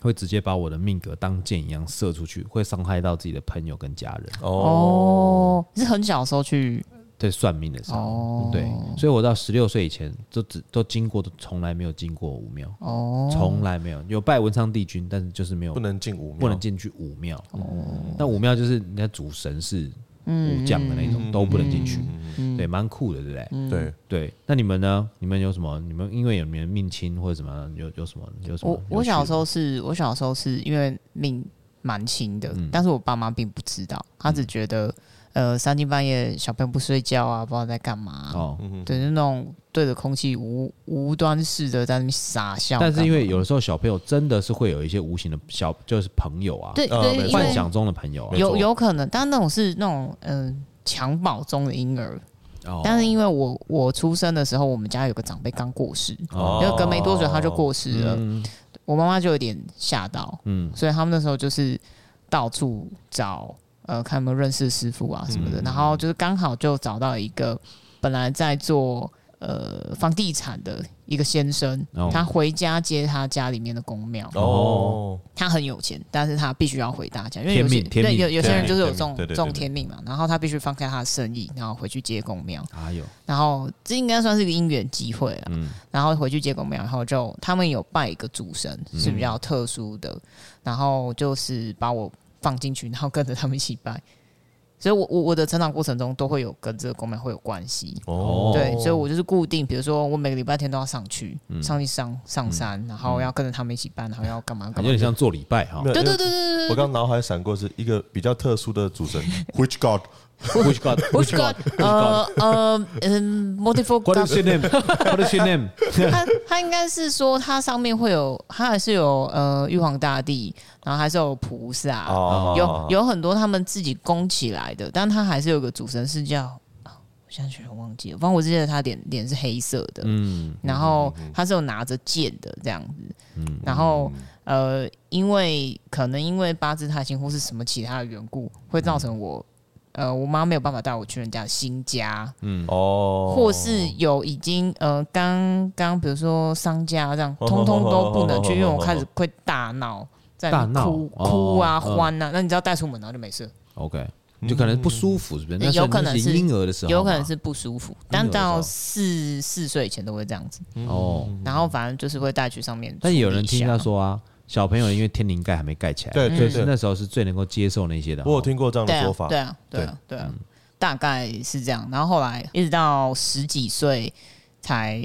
Speaker 1: 会直接把我的命格当箭一样射出去，会伤害到自己的朋友跟家人。
Speaker 2: 哦，
Speaker 3: 哦，是很小的时候去
Speaker 1: 对，算命的时候，
Speaker 3: 哦，
Speaker 1: 对，所以我到十六岁以前都只都经过，都从来没有经过武庙，
Speaker 3: 哦，
Speaker 1: 从来没有有拜文昌帝君，但是就是没有
Speaker 2: 不能进五庙，
Speaker 1: 不能进去武庙。
Speaker 3: 哦
Speaker 1: 那武庙就是人家主神是武将的那种，
Speaker 2: 嗯
Speaker 1: 都不能进去。
Speaker 2: 嗯
Speaker 1: 对，蛮酷的，对不
Speaker 3: 嗯
Speaker 1: 对？
Speaker 2: 对，
Speaker 1: 对，那你们呢？你们有什么？你们因为有你们命亲或者什么，有有什么有什么有
Speaker 3: 我
Speaker 1: 趣的？
Speaker 3: 我小时候是我小时候是因为命蛮轻的，
Speaker 1: 嗯
Speaker 3: 但是我爸妈并不知道，他只觉得、呃三更半夜小朋友不睡觉啊，不知道在干嘛、
Speaker 1: 哦，
Speaker 2: 嗯
Speaker 3: 对，就那种对着空气无无端似的在那边傻笑干
Speaker 1: 但
Speaker 3: 嘛。
Speaker 1: 是因为有的时候小朋友真的是会有一些无形的小，就是朋友啊，
Speaker 3: 对
Speaker 2: 啊
Speaker 3: 对，
Speaker 2: 没错
Speaker 3: 因
Speaker 1: 幻
Speaker 3: 为
Speaker 1: 想中的朋友啊。
Speaker 3: 有
Speaker 2: 没错
Speaker 3: 有可能，但那种是那种嗯。襁褓中的婴儿，
Speaker 1: 哦
Speaker 3: 但是因为我我出生的时候，我们家有个长辈刚过世，
Speaker 1: 哦
Speaker 3: 然后隔没多久他就过世了，
Speaker 1: 嗯
Speaker 3: 我妈妈就有点吓到，
Speaker 1: 嗯
Speaker 3: 所以他们那时候就是到处找呃看有没有认识的师傅啊什么的，然后就是刚好就找到一个本来在做呃房地产的一个先生，
Speaker 1: 哦
Speaker 3: 他回家接他家里面的公庙，
Speaker 2: 哦，
Speaker 3: 他很有钱，但是他必须要回大家，因为
Speaker 1: 天
Speaker 3: 有些
Speaker 1: 命天
Speaker 3: 对
Speaker 1: 命
Speaker 3: 有有些人就是有这
Speaker 2: 天
Speaker 3: 种
Speaker 2: 命对对对
Speaker 3: 这种天命嘛，然后他必须放下他的生意，然后回去接公庙，
Speaker 1: 还有
Speaker 3: 然后这应该算是一个因缘机会了。
Speaker 1: 嗯
Speaker 3: 然后回去接公庙，然后就他们有拜一个主神是
Speaker 1: 嗯
Speaker 3: 比较特殊的，然后就是把我放进去，然后跟着他们一起拜。所以我，我我的成长过程中都会有跟这个公庙会有关系，
Speaker 2: 哦，
Speaker 3: 对，所以我就是固定，比如说我每个礼拜天都要上去，
Speaker 1: 嗯
Speaker 3: 上去上上山，然后要跟着他们一起拜，然后要干嘛
Speaker 1: 有
Speaker 3: 干嘛
Speaker 1: 点。像做礼拜哈
Speaker 2: 没有
Speaker 3: 对对
Speaker 2: 因为
Speaker 3: 对对对
Speaker 2: 我
Speaker 3: 对
Speaker 2: 刚脑海闪过是一个比较特殊的主
Speaker 3: (laughs)
Speaker 2: 神，Which God？
Speaker 1: ，Which God
Speaker 3: ，Which God？呃呃
Speaker 1: (laughs)
Speaker 3: 嗯，multiple
Speaker 1: What is
Speaker 3: God，
Speaker 1: your name? What is your name?
Speaker 3: 他他应该是说他上面会有，他还是有呃玉皇大帝，然后还是有菩萨，
Speaker 2: 哦
Speaker 3: 啊
Speaker 1: 啊
Speaker 3: 有有很多他们自己供起来的，但他还是有个主神是叫，啊我现在全忘记了，反正我只记得他脸脸是黑色的，
Speaker 1: 嗯，嗯
Speaker 3: 然后他是有拿着剑的这样子，然后呃，因为可能因为八字太轻或是什么其他的缘故，会造成我。呃，我妈没有办法带我去人家的新家，
Speaker 2: 哦，
Speaker 3: 或是有已经呃刚刚比如说商家这样，
Speaker 2: 哦
Speaker 3: 通通都不能去，
Speaker 2: 哦
Speaker 3: 因为我开始会大闹，在
Speaker 1: 大
Speaker 3: 那边
Speaker 1: 闹
Speaker 3: 哭
Speaker 1: 哦
Speaker 3: 哭啊、
Speaker 1: 嗯
Speaker 3: 欢啊，那你知道带出门然后就没事，
Speaker 1: OK，就可能不舒服，是不是？那
Speaker 3: 有可能
Speaker 1: 那
Speaker 3: 是
Speaker 1: 婴儿的时候嘛，
Speaker 3: 有可能是不舒服，但
Speaker 1: 婴儿的时候
Speaker 3: 到四四岁以前都会这样子，
Speaker 1: 哦。
Speaker 3: 然后反正就是会带去上面。
Speaker 1: 但有人听他，说啊，小朋友因为天灵盖还没盖起来，
Speaker 2: 对对
Speaker 3: 嗯
Speaker 1: 所以
Speaker 2: 对，
Speaker 1: 那时候是最能够接受那些的。哦
Speaker 2: 我有听过这样
Speaker 3: 对
Speaker 2: 的说
Speaker 3: 啊，
Speaker 2: 法 (laughs)
Speaker 3: 对，啊，对啊，对啊，
Speaker 1: 嗯
Speaker 3: 大概是这样。然后后来一直到十几岁才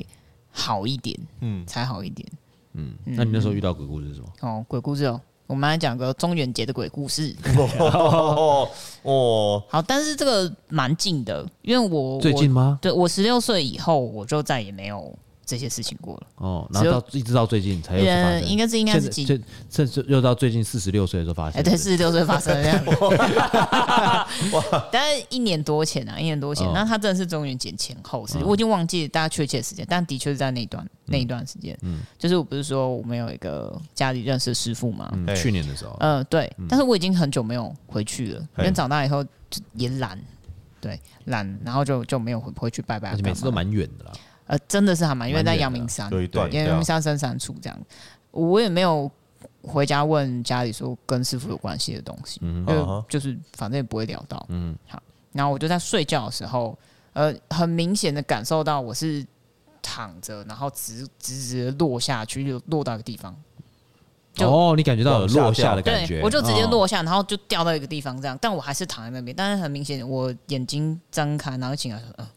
Speaker 3: 好一点，
Speaker 2: 嗯，
Speaker 3: 才好一点。
Speaker 1: 嗯，那你那时候遇到鬼故事是什么？
Speaker 3: 哦，鬼故事哦，我们来讲个中元节的鬼故事。
Speaker 2: 哦哦，
Speaker 3: 好，但是这个蛮近的，因为我
Speaker 1: 最近
Speaker 3: 我
Speaker 1: 吗？
Speaker 3: 对我十六岁以后，我就再也没有这些事情过了。
Speaker 1: 哦，然后到一直到最近才有发
Speaker 3: 呃，
Speaker 1: 生。
Speaker 3: 应该是应该是几
Speaker 1: 现在这这这又到最近四十六岁的时候发
Speaker 3: 哎、
Speaker 1: 生。
Speaker 3: 对，四十六岁发生的
Speaker 1: (laughs)
Speaker 3: 这样子， (laughs) 大概一年多前啊，一年多前，
Speaker 1: 嗯
Speaker 3: 那他真的是中元节前后是，我已经忘记大家确切时间，但的确是在那一段、
Speaker 1: 嗯
Speaker 3: 那一段时间，就是我不是说我们有一个家里认识的师傅嘛，
Speaker 1: 嗯
Speaker 2: 哎
Speaker 1: 去年的时候。
Speaker 3: 嗯、对，但是我已经很久没有回去了，因为
Speaker 2: 嘿
Speaker 3: 长大以后就也懒，对，懒，然后就就没有回回去拜拜啊
Speaker 1: 而且
Speaker 3: 干嘛的，
Speaker 1: 每次都蛮远的啦，
Speaker 3: 呃，真的是还蛮，因为
Speaker 1: 蛮
Speaker 3: 在
Speaker 1: 远
Speaker 3: 阳
Speaker 1: 的
Speaker 3: 明山，
Speaker 2: 有一段
Speaker 3: 因
Speaker 2: 对
Speaker 3: 为他
Speaker 2: 啊
Speaker 3: 们，像深山处这样，我也没有回家问家里说跟师傅有关系的东西，
Speaker 1: 嗯
Speaker 3: 就
Speaker 2: 啊哈
Speaker 3: 就是反正也不会聊到。
Speaker 1: 嗯，
Speaker 3: 好，然后我就在睡觉的时候，呃，很明显的感受到我是躺着，然后直直直的落下去，就落到一个地方，就
Speaker 1: 哦，你感觉到有落下的感
Speaker 3: 对
Speaker 1: 觉，
Speaker 3: 我就直接
Speaker 1: 哦
Speaker 3: 落下，然后就掉到一个地方这样，但我还是躺在那边，但是很明显我眼睛睁开，然后醒来说，呃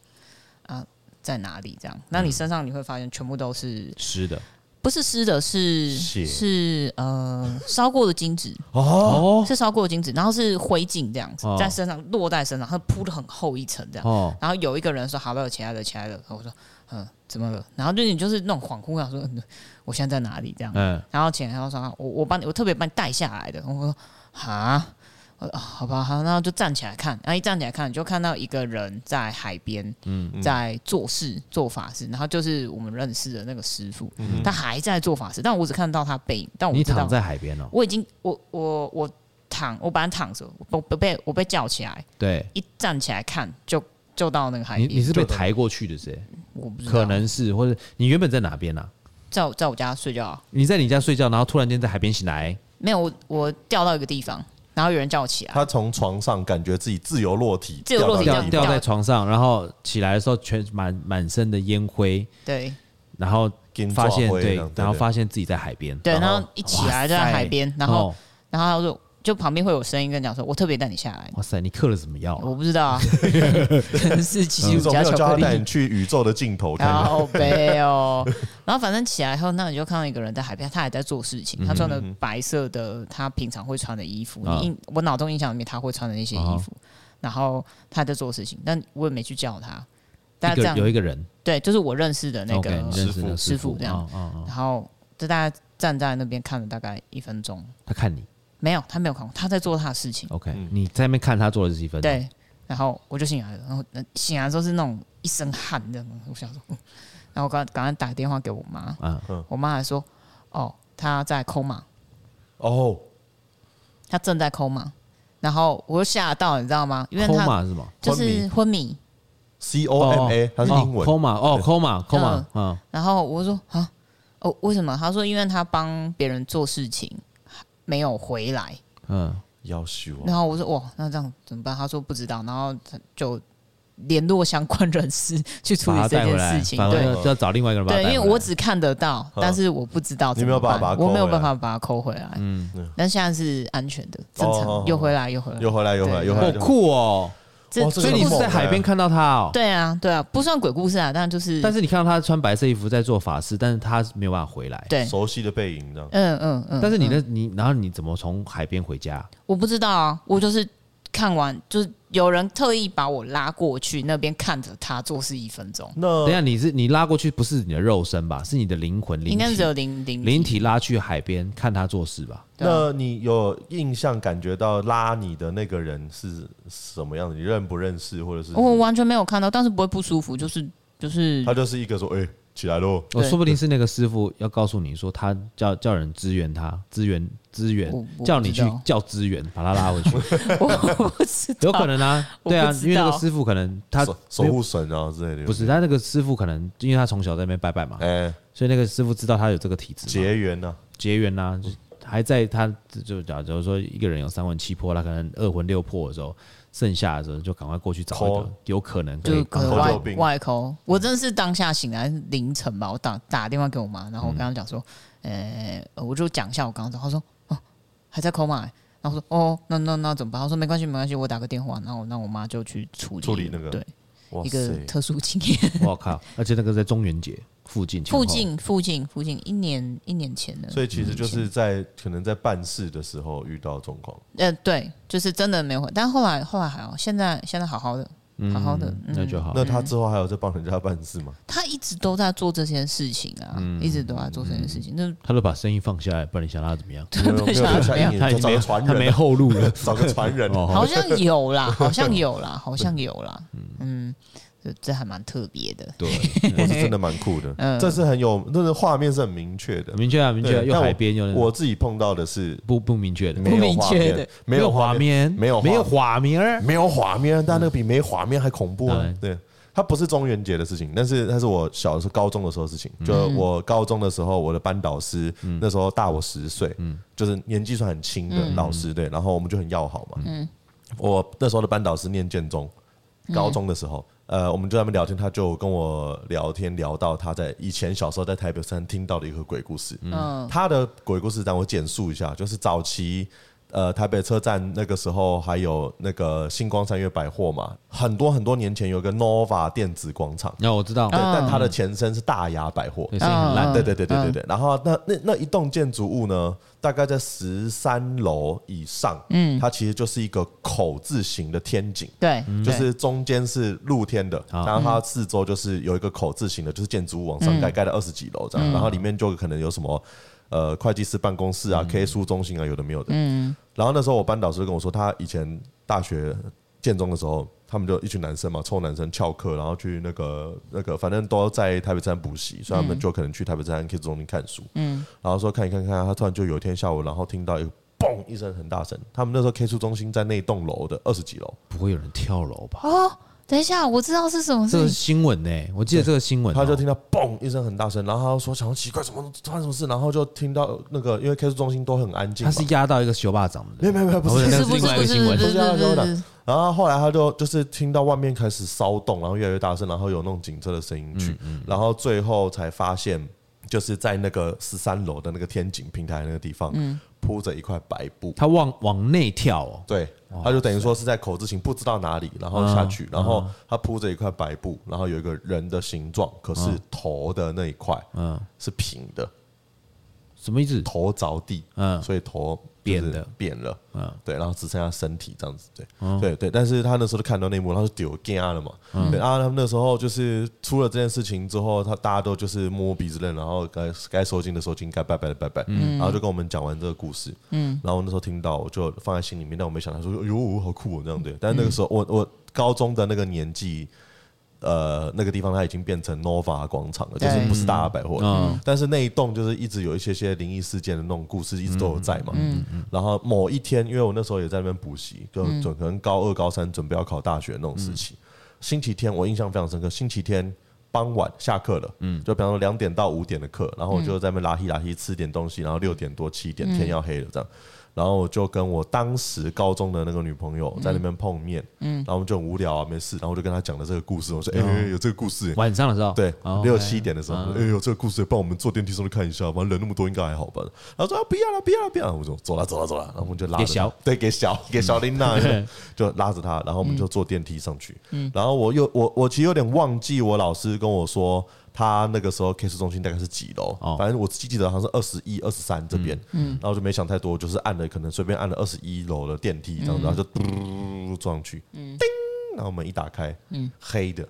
Speaker 3: 啊。在哪里？这样，那
Speaker 1: 嗯
Speaker 3: 你身上你会发现全部都是
Speaker 1: 湿的
Speaker 3: 不是湿的是，
Speaker 2: 血
Speaker 3: 是呃烧过的金纸，
Speaker 1: 哦
Speaker 3: 是烧过的金纸，然后是灰烬这样子，
Speaker 1: 哦
Speaker 3: 在身上落在身上，它铺的很厚一层这样。
Speaker 1: 哦，
Speaker 3: 然后有一个人说：“好了，起来了，起来了。”然后我说：“嗯，怎么了？”然后就你就是那种恍惚，想说嗯：“我现在在哪里？”这样。
Speaker 1: 嗯，
Speaker 3: 然后起来，然后说：“我我帮你，我特别帮你带下来的。”我说：“哈，呃，好吧，好，那就站起来看。然后一站起来看，你就看到一个人在海边，
Speaker 1: 嗯
Speaker 3: 在做事做法事，然后就是我们认识的那个师傅，他还在做法事，但我只看到他背影，但我
Speaker 1: 嗯你
Speaker 3: 不知
Speaker 1: 躺
Speaker 3: 道，
Speaker 1: 在海边哦，
Speaker 3: 我已经我我我躺，我本来躺着，我我被我被叫起来，
Speaker 1: 对，
Speaker 3: 一站起来看就就到那个海
Speaker 1: 你
Speaker 3: 边，
Speaker 1: 你是被抬过去的，是？
Speaker 3: 我不知道
Speaker 1: 可能是，或者你原本在哪边啊？
Speaker 3: 在我在我家睡觉啊，
Speaker 1: 你在你家睡觉，然后突然间在海边醒来，
Speaker 3: 没有我我掉到一个地方，然后有人叫我起来，
Speaker 2: 他从床上感觉自己自由落体，
Speaker 3: 自由落体
Speaker 1: 掉
Speaker 2: 掉到
Speaker 3: 这
Speaker 2: 地
Speaker 3: 样
Speaker 2: 板
Speaker 1: 掉在床上，然后起来的时候全满满身的烟灰，
Speaker 3: 对
Speaker 1: 然后
Speaker 2: 金爪
Speaker 1: 发现
Speaker 2: 灰
Speaker 1: 对
Speaker 2: 这样，
Speaker 1: 然后
Speaker 2: 对
Speaker 1: 发现自己在海边，
Speaker 3: 对，
Speaker 2: 然后
Speaker 3: 然后一起来就在
Speaker 1: 哇塞
Speaker 3: 海边，然后
Speaker 1: 哦
Speaker 3: 然后他就就旁边会有声音跟你讲说，我特别带你下来，
Speaker 1: 哇塞，你嗑了什么药啊？
Speaker 3: 我不知道
Speaker 1: (laughs)
Speaker 3: 啊，可能是奇
Speaker 2: 你
Speaker 3: 数
Speaker 2: 总没
Speaker 3: 嗯加
Speaker 2: 有
Speaker 3: 巧
Speaker 2: 叫
Speaker 3: 克
Speaker 2: 他带
Speaker 3: 力 (laughs) 啊
Speaker 2: 你。去宇宙的尽头看
Speaker 3: 然
Speaker 2: 看？
Speaker 3: 后
Speaker 1: (laughs)
Speaker 3: 背哦，然后反正起来后，那你就看到一个人在海边，他还在做事
Speaker 1: 嗯
Speaker 3: 情，他穿的白色的他平常会穿的衣服，
Speaker 1: 啊
Speaker 3: 你印我脑中印象里面他会穿的那些衣服，
Speaker 1: 嗯
Speaker 3: 然后他还在做事情，但我也没去叫他，大家
Speaker 1: 一
Speaker 3: 这
Speaker 1: 个有
Speaker 3: 样
Speaker 1: 一个人，
Speaker 3: 对，就是我认识的那
Speaker 1: OK，
Speaker 3: 个
Speaker 1: 你认识的
Speaker 3: 师傅这样，
Speaker 1: 哦哦哦
Speaker 3: 然后就大家站在那边看了大概一分钟，
Speaker 1: 他看你
Speaker 3: 没有，他没有看我，他在做他的事情。
Speaker 1: ，OK，
Speaker 2: 嗯
Speaker 1: 你在那边看他做了几分钟，
Speaker 3: 对，然后我就醒来了，然后呃醒来之后是那种一身汗这样，我想说， (laughs) 嗯然后我刚刚快打电话给我妈，
Speaker 1: 啊，
Speaker 3: 我妈还说，哦，她在抠嘛，
Speaker 2: 哦，
Speaker 3: 她正在抠嘛，然后我又吓到，你知道吗？因为她
Speaker 1: coma 是什么哦
Speaker 3: 就
Speaker 2: 昏
Speaker 3: 是
Speaker 2: 迷
Speaker 3: 昏迷，
Speaker 2: C O M A，它是英文。
Speaker 1: coma 哦，coma coma，嗯，
Speaker 3: 然后我就说啊，哦，为什么？她说因为她帮别人做事情没有回来，
Speaker 1: 嗯，
Speaker 2: 要修啊
Speaker 3: 然后我说哇，那这样怎么办？她说不知道，然后她就联络相关人士去处
Speaker 1: 把
Speaker 3: 理
Speaker 1: 他
Speaker 3: 这
Speaker 1: 带回
Speaker 3: 件
Speaker 1: 来
Speaker 3: 事，情，
Speaker 1: 反而
Speaker 3: 对。
Speaker 1: 要要找另外一个人把他
Speaker 3: 对，
Speaker 1: 带
Speaker 3: 因
Speaker 1: 回
Speaker 3: 为
Speaker 1: 来。
Speaker 3: 我只看得到，
Speaker 2: 嗯
Speaker 3: 但是我不知道
Speaker 2: 你
Speaker 3: 怎
Speaker 2: 没
Speaker 3: 么
Speaker 2: 有办法
Speaker 3: 办，
Speaker 2: 把它
Speaker 3: 我
Speaker 2: 抠
Speaker 3: 没有
Speaker 2: 回
Speaker 3: 办
Speaker 2: 来
Speaker 3: 法把它抠回来。
Speaker 1: 嗯，
Speaker 3: 但现在是安全的，正常，
Speaker 2: 哦哦哦
Speaker 3: 又回来又回来
Speaker 2: 又。回来，又回来，
Speaker 3: 对
Speaker 2: 又回
Speaker 1: 好
Speaker 2: 来。又回来
Speaker 1: 酷哦！
Speaker 2: 哇这
Speaker 1: 所
Speaker 2: 个
Speaker 1: 以你
Speaker 2: 很
Speaker 1: 是
Speaker 2: 猛
Speaker 1: 在海边看到他哦，
Speaker 3: 对啊，对啊，不算鬼故事啊，但就是，
Speaker 1: 但是你看到他穿白色衣服在做法事，但是他是没有办法回来。
Speaker 3: 对，
Speaker 2: 熟悉的背影这样。
Speaker 3: 嗯嗯嗯。
Speaker 1: 但是你
Speaker 3: 嗯
Speaker 1: 的你，然后你怎么从海边回家？
Speaker 3: 我不知道啊，我就是看完，就是有人特意把我拉过去那边看着他做事一分钟，
Speaker 1: 等一
Speaker 2: 那
Speaker 1: 下你是你拉过去不是你的肉身吧？是你的灵魂灵
Speaker 3: 应该是只
Speaker 1: 体
Speaker 3: 有零零
Speaker 1: 灵体拉去海边看他做事吧？
Speaker 3: 对啊
Speaker 2: 那你有印象感觉到拉你的那个人是什么样的？你认不认识，或者是
Speaker 3: 我完全没有看到，但是不会不舒服，就是就是
Speaker 2: 他就是一个说：“哎，起来喽
Speaker 1: 我
Speaker 3: 对
Speaker 1: 哦说不定是那个师傅要告诉你说，他叫叫人支援他，支援支援
Speaker 3: 我我，
Speaker 1: 叫
Speaker 3: 不
Speaker 1: 你
Speaker 3: 知
Speaker 1: 去
Speaker 3: 道
Speaker 1: 叫支援，把他拉回
Speaker 3: (laughs)
Speaker 1: 去，
Speaker 3: (laughs) 我不知道，
Speaker 1: 有可能啊，
Speaker 3: 我
Speaker 1: 对啊
Speaker 3: 不，
Speaker 1: 因
Speaker 3: 知
Speaker 1: 为那个
Speaker 3: 道
Speaker 1: 师傅可能他
Speaker 2: 守守护神啊之类的。”
Speaker 1: 不是，他那个师傅可能因为他从小在那边拜拜嘛，
Speaker 2: 哎，
Speaker 1: 所以那个师傅知道他有这个体质嘛，
Speaker 2: 结缘啊呢？
Speaker 1: 结缘呐，就还在他就假如说一个人有三魂七魄，他可能二魂六魄的时候，剩下的时候就赶快过去找一
Speaker 2: 抠
Speaker 1: 个有可能可
Speaker 3: 就
Speaker 1: 以
Speaker 3: 可
Speaker 1: 帮
Speaker 3: 能
Speaker 2: 口
Speaker 1: 他
Speaker 3: 外
Speaker 2: 罩病
Speaker 3: 外抠，我真的是当下醒来是凌晨吧，我打打电话给我妈，然后我跟她讲说，呃、我就讲一下我刚刚说，她说哦还在抠嘛、然后我说哦那那那怎么办？她说没关系没关系，我打个电话，然后我让我妈就去处理
Speaker 2: 处理那个
Speaker 3: 对
Speaker 2: 哇
Speaker 3: 一个
Speaker 2: 塞！
Speaker 3: 特殊经
Speaker 2: (laughs)
Speaker 3: 验，
Speaker 1: (laughs) 我靠，而且那个在中元节附近前后，
Speaker 3: 附近附近附近一年一年前的，
Speaker 2: 所以其实就是在可能在办事的时候遇到状
Speaker 1: 哦
Speaker 2: 况，
Speaker 3: 呃对，就是真的没有，但后来后来还好，现在现在好好的好好的，嗯
Speaker 1: 那就好。
Speaker 2: 那他之后还有在帮人家办事
Speaker 1: (laughs)
Speaker 2: 吗？
Speaker 3: 她一直都在做这件事情啊，
Speaker 2: 嗯
Speaker 3: 一直都在做这件事情，那
Speaker 1: 他都把生意放下来，不然你想让他怎么样？
Speaker 2: 没有没有留下
Speaker 3: 没有
Speaker 2: 一年，就找个传
Speaker 1: 他
Speaker 2: 人
Speaker 1: 没
Speaker 2: 啊，
Speaker 1: 后路
Speaker 2: (laughs)
Speaker 1: 了。
Speaker 2: 找个传人。
Speaker 1: 哦
Speaker 3: 好像有啦，好像有啦，好像有啦。嗯，这这还蛮特别的。
Speaker 1: 对，
Speaker 2: 我是真的蛮酷的，
Speaker 3: 嗯
Speaker 2: 这是很有，那个画面是很明确的
Speaker 1: 很。明确啊，明确啊，
Speaker 2: 对
Speaker 1: 又
Speaker 2: 但我
Speaker 1: 海边又那个
Speaker 2: 我自己碰到的是
Speaker 1: 不不明确的，
Speaker 2: 没有
Speaker 3: 明
Speaker 2: 画
Speaker 3: 确
Speaker 2: 面
Speaker 3: 的，
Speaker 2: 没有
Speaker 1: 画面，
Speaker 2: 没有
Speaker 1: 没有
Speaker 2: 画嗯
Speaker 1: 画面儿，
Speaker 2: 没有画面，但那个比没画面还恐怖
Speaker 1: 当
Speaker 2: 啊
Speaker 1: 然！
Speaker 2: 对，它不是中元节的事情，但是那是我小的时候、高中的时候的事情。就我高中的时候，我的班导师那时候大我十岁，就是年纪算很轻的老师，对，然后我们就很要好嘛。我那时候的班导师念建中，高中的时候。呃，我们就在那边聊天，他就跟我聊天，聊到他在以前小时候在台北山听到的一个鬼故事。
Speaker 3: 嗯，
Speaker 2: 他的鬼故事让我简述一下，就是早期。呃，台北车站那个时候还有那个星光三月百货嘛，很多很多年前有个 Nova 电子广场，
Speaker 1: 那我知道
Speaker 3: 啊
Speaker 2: 对，，但它的前身是大雅百货，
Speaker 1: 对声音很烂
Speaker 3: 嗯
Speaker 2: 对对对对对对。然后那那那一栋建筑物呢，大概在十三楼以上，嗯，它其实就是一个口字形的天井，
Speaker 3: 对，
Speaker 2: 嗯就
Speaker 3: 对
Speaker 2: 是中间是露天的，
Speaker 1: 好
Speaker 2: 然后它四
Speaker 3: 嗯
Speaker 2: 周就是有一个口字形的，就是建筑物往上盖，盖到二十几楼这样，然后里面就可能有什么。呃会计师办公室啊、K 书中心啊，有的没有的。
Speaker 3: 嗯
Speaker 2: 然后那时候我班导师就跟我说，他以前大学建中的时候，他们就一群男生嘛，臭男生翘课，然后去那个那个，反正都在台北站补习，所以他们就可能去台北站 K 中心看书。
Speaker 3: 嗯
Speaker 2: 然后说看一看看一看，他突然就有一天下午，然后听到一个嘣一声很大声，他们那时候 K 书中心在那一栋楼的二十几楼，
Speaker 1: 不会有人跳楼吧？
Speaker 3: 哦，等一下，我知道是什么
Speaker 1: 这
Speaker 3: 事
Speaker 1: 个
Speaker 3: 情。
Speaker 1: 新闻呢、我记得这个新闻哦、
Speaker 2: 他就听到嘣一声很大声，然后他就说想说奇怪，怎么发生什么事？然后就听到那个，因为 K 书中心都很安静
Speaker 1: 他
Speaker 2: 嘛，
Speaker 1: 是压到一个修霸掌的
Speaker 2: 没
Speaker 1: 人，
Speaker 2: 有没有没有不
Speaker 1: 不
Speaker 2: 是
Speaker 1: 是。那
Speaker 3: 不
Speaker 1: 个
Speaker 3: 是
Speaker 1: 是另
Speaker 3: 不是
Speaker 1: 外一个
Speaker 3: 不是
Speaker 1: 新闻
Speaker 3: 不是不
Speaker 2: 不
Speaker 3: 是
Speaker 2: 是
Speaker 3: 不
Speaker 2: 不
Speaker 3: 是，
Speaker 2: 然后后来他就就是听到外面开始骚动，然后越来越大声，然后有那种警车的声音
Speaker 1: 嗯
Speaker 2: 去，然后最后才发现就是在那个十三楼的那个天井平台那个地方铺着一块白布，
Speaker 1: 嗯他往往内跳哦、
Speaker 2: 对，他就等于说是在口之前不知道哪里，然后下
Speaker 1: 嗯
Speaker 2: 去，然后他铺着一块白布，然后有一个人的形状，可是头的那一块
Speaker 1: 嗯，
Speaker 2: 是平的，
Speaker 1: 什么意思？
Speaker 2: 头着地，
Speaker 1: 嗯，
Speaker 2: 所以头
Speaker 1: 扁
Speaker 2: 就是
Speaker 1: 的
Speaker 2: 扁了，
Speaker 1: 嗯哦
Speaker 2: 嗯，对，然后只剩下身体这样子，对，对对。但是他那时候就看到那一幕，然后就丢惊了嘛，
Speaker 1: 嗯
Speaker 2: 对啊，他们那时候就是出了这件事情之后，他大家都就是摸摸鼻子认，然后该该收金的收金，该拜拜的拜拜，
Speaker 1: 嗯
Speaker 2: 然后就跟我们讲完这个故事，嗯，然后我那时候听到我就放在心里面，但我没想到说，哎呦，好酷哦，这样对。但是那
Speaker 1: 嗯
Speaker 2: 个时候我我高中的那个年纪。呃，那个地方它已经变成 Nova 广场了，就是
Speaker 3: 对
Speaker 2: 不是大家百货了。
Speaker 1: 嗯
Speaker 2: 但是那一栋就是一直有一些些灵异事件的那种故事，一直都有在嘛。然后某一天，因为我那时候也在那边补习，就准可能高二、高三准备要考大学那种时期。星期天我印象非常深刻，星期天傍晚下课了，就比方说两点到五点的课，然后我就在那边拉稀拉稀吃点东西，然后六点多七点天要黑了这样。然后我就跟我当时高中的那个女朋友在那边碰面，然后我们就很无聊啊，没事，然后我就跟她讲了这个故事，我说，哎、有这个故事、欸，
Speaker 1: 晚上的时候，
Speaker 2: 对
Speaker 1: 哦，
Speaker 2: 六
Speaker 1: OK
Speaker 2: 七点的时候，哎呦，这个故事，帮我们坐电梯上去看一下，反正人那么多，应该还好吧？然后说啊不要了，不要了，不要了，我说走了，走了，走了，然后我们就拉着
Speaker 1: 给小
Speaker 2: 他，对，给小给小琳娜
Speaker 1: 嗯，
Speaker 2: 就拉着他，然后我们就坐电梯上去，然后
Speaker 1: 嗯
Speaker 2: 我又我我其实有点忘记我老师跟我说。他那个时候 K 市中心大概是几楼
Speaker 1: 哦？嗯
Speaker 2: 反正我记记得好像是二十一、二十三这边，然后就没想太多，就是按了可能随便按了二十一楼的电梯，这
Speaker 1: 嗯
Speaker 2: 样，然后就嘟坐上去，叮，然后门一打开，黑的，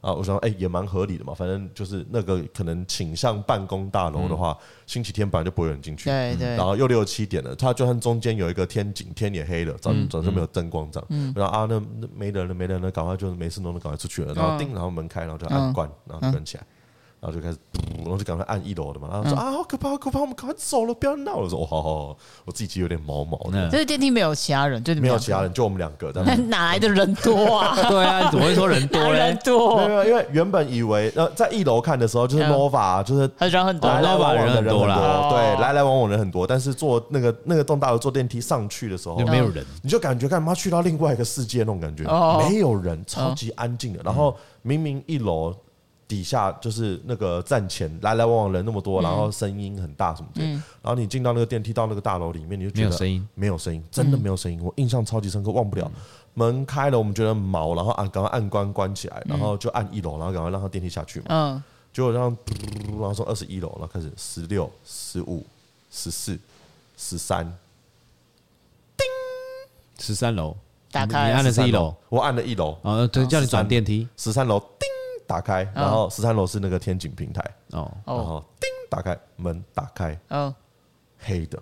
Speaker 2: 啊，我想哎、也蛮合理的嘛，反正就是那个可能倾向办公大楼的话，星期天本来就不会有人进去，
Speaker 3: 对对
Speaker 2: 然后又六七点了，它就算中间有一个天井，天也黑了，早早就没有灯光这样，
Speaker 3: 嗯
Speaker 2: 然后啊那那没人了没人了，赶快就没事弄了，赶快出去了，然后
Speaker 3: 嗯
Speaker 2: 叮，然后门开，然后就按关，然后就关起来。然后就开始，然后就赶快按一楼的嘛。然
Speaker 3: 嗯
Speaker 2: 后说、啊，好可怕，好可怕，我们赶快走了，不要闹了。我说哦，好好好，我自己其实有点毛毛的，
Speaker 1: 嗯
Speaker 3: 这个电梯没有其他人，就你们
Speaker 2: 没有
Speaker 3: 两个
Speaker 2: 其他人，就我们两个这样
Speaker 3: 那。 (laughs) 哪来的人多啊？
Speaker 1: 对啊，你怎么会说人多
Speaker 3: (laughs) 哪
Speaker 1: 嘞
Speaker 3: 人？多
Speaker 2: 没有，没有，因为原本以为呃，在一楼看的时候就是
Speaker 3: 嗯
Speaker 2: Nova，就是啊
Speaker 3: 他人很多，
Speaker 2: 来来往往的人很
Speaker 1: 哦人很多
Speaker 2: 多，
Speaker 3: 啦
Speaker 2: 对，来来往往人很多，但是坐那个那个栋大楼坐电梯上去的时候
Speaker 1: 就，没有人，
Speaker 2: 你就感觉干嘛去到另外一个世界那种感觉
Speaker 3: 哦，
Speaker 2: 没有人，超级安静
Speaker 1: 嗯
Speaker 2: 的。然后明明一楼底下就是那个站前来来往往人那么
Speaker 1: 嗯
Speaker 2: 多，然后声音很大什么的，然后你进到那个电梯到那个大楼里面，你就
Speaker 1: 没
Speaker 2: 觉
Speaker 1: 有
Speaker 2: 得
Speaker 1: 声音，嗯
Speaker 2: 没有声音，真的没有声音，我印象超级深刻，忘不了。门开了，我们觉得毛，然后按赶快按关关起
Speaker 1: 嗯
Speaker 2: 来，然后就按一楼，然后赶快让它电梯下去嘛。
Speaker 3: 嗯，
Speaker 2: 结果这样，嘟然后从二十一楼，然后开始十六、十五、十四、十三，
Speaker 1: 十三楼，
Speaker 3: 打
Speaker 1: 你
Speaker 3: 开
Speaker 1: 你按的是一楼，
Speaker 2: 我按了一楼，
Speaker 1: 哦，对，叫你转
Speaker 2: 13
Speaker 1: 电梯，
Speaker 2: 十三楼叮打开，然后十三楼是那个天井平台，
Speaker 1: 哦，
Speaker 2: 然
Speaker 3: 哦
Speaker 2: 后叮打开门打开，
Speaker 3: 哦
Speaker 2: 黑的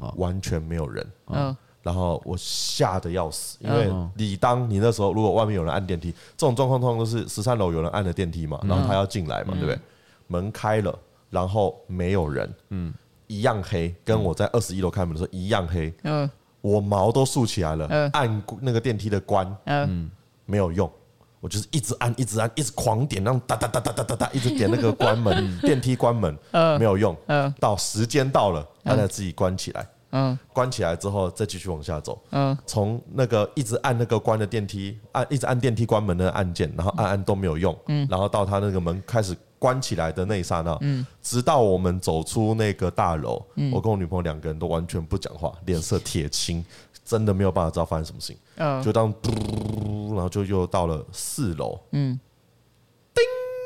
Speaker 1: 哦，
Speaker 2: 完全没有人。
Speaker 3: 哦，
Speaker 2: 然后我吓得要死，因为
Speaker 1: 嗯
Speaker 2: 理当你那时候如果外面有人按电梯，这种状况通常都是十三楼有人按了电梯嘛，
Speaker 1: 嗯
Speaker 2: 然后他要进来嘛，对不对？门开了，然后没有人，嗯，一样黑，跟我在二十一楼开门的时候一样黑，
Speaker 3: 嗯
Speaker 2: 我毛都竖起来了
Speaker 3: 嗯，
Speaker 2: 按那个电梯的关
Speaker 3: 嗯，
Speaker 2: 没有用。我就是一直按，一直按，一直狂点，那种哒哒哒哒哒哒哒，一直点那个关门电梯关门，没有用。到时间到了，他才自己关起来。
Speaker 3: 嗯
Speaker 2: 关起来之后再继续往下走，
Speaker 3: 嗯
Speaker 2: 从那个一直按那个关的电梯，按一直按电梯关门的按键，然后按按都没有用，然后到他那个门开始关起来的那一刹那，直到我们走出那个大楼，我跟我女朋友两个人都完全不讲话，脸色铁青，真的没有办法知道发生什么事情，
Speaker 3: 嗯，
Speaker 2: 就当嘟，然后就又到了四楼，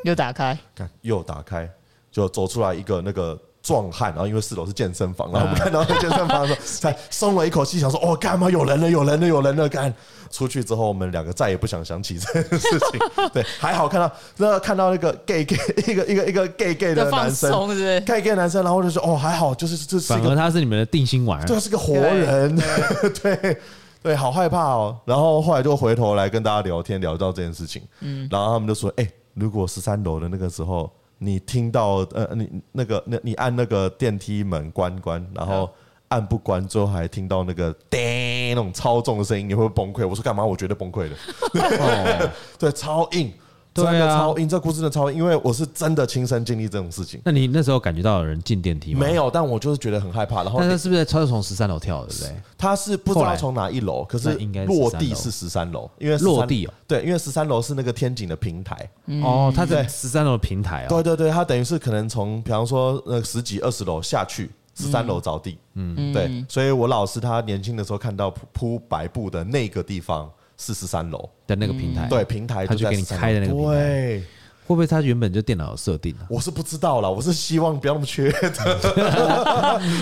Speaker 3: 又打开，
Speaker 2: 看又打开，就走出来一个那个壮汉，然后因为四楼是健身房，然后我们看到那个健身房的时候，才松了一口气，想说哦，干嘛有人了，有人了，有人了，干。出去之后，我们两个再也不想想起这件事情。对，还好看到那看到那个 gay gay 一个一个一个 gay gay 的
Speaker 3: 就放
Speaker 2: 男生
Speaker 3: 松是不是？
Speaker 2: ，gay gay 男生，然后就说哦，还好，就是这是一
Speaker 1: 反
Speaker 2: 个
Speaker 1: 而他是你们的定心丸，
Speaker 2: 对，是个活人， (laughs) 对对，好害怕哦。然后后来就回头来跟大家聊天，聊到这件事情，嗯，然后他们就说，哎、如果十三楼的那个时候，你听到呃，你那个那你按那个电梯门关关，然
Speaker 1: 啊
Speaker 2: 后。按不关，最后还听到那个叮那种超重的声音，你会不会崩溃。我说干嘛？我绝对崩溃的。 (laughs) 对，超硬，
Speaker 1: 哦对啊
Speaker 2: 真的超硬，这故事真的超硬，因为我是真的亲身经历这种事情。
Speaker 1: 那你那时候感觉到有人进电梯吗？
Speaker 2: 没。有，但我就是觉得很害怕。然后
Speaker 1: 但他是不是他是从十三楼跳的，对不对？
Speaker 2: 他是不知
Speaker 1: 后
Speaker 2: 道
Speaker 1: 来
Speaker 2: 从哪一楼，可是
Speaker 1: 那应该是
Speaker 2: 落
Speaker 1: 13
Speaker 2: 地
Speaker 1: 楼
Speaker 2: 是十三楼，因为13
Speaker 1: 落地哦
Speaker 2: 对，因为十三楼是那个天井的平台，
Speaker 1: 哦，他在
Speaker 2: 对
Speaker 1: 十三楼的平台哦
Speaker 2: 嗯对，对对，他等于是可能从比方说呃十几二十楼下去。十三楼着地，嗯，对，所以我老师他年轻的时候看到铺铺白布的那个地方是十三楼，
Speaker 1: 的那个平台，
Speaker 2: 嗯对，，平台
Speaker 1: 嗯他就
Speaker 2: 在
Speaker 1: 给你
Speaker 2: 13楼
Speaker 1: 开的那个平台
Speaker 2: 对，
Speaker 1: 会不会他原本就电脑有设定啊？
Speaker 2: 我是不知道啦，我是希望不要那么缺德，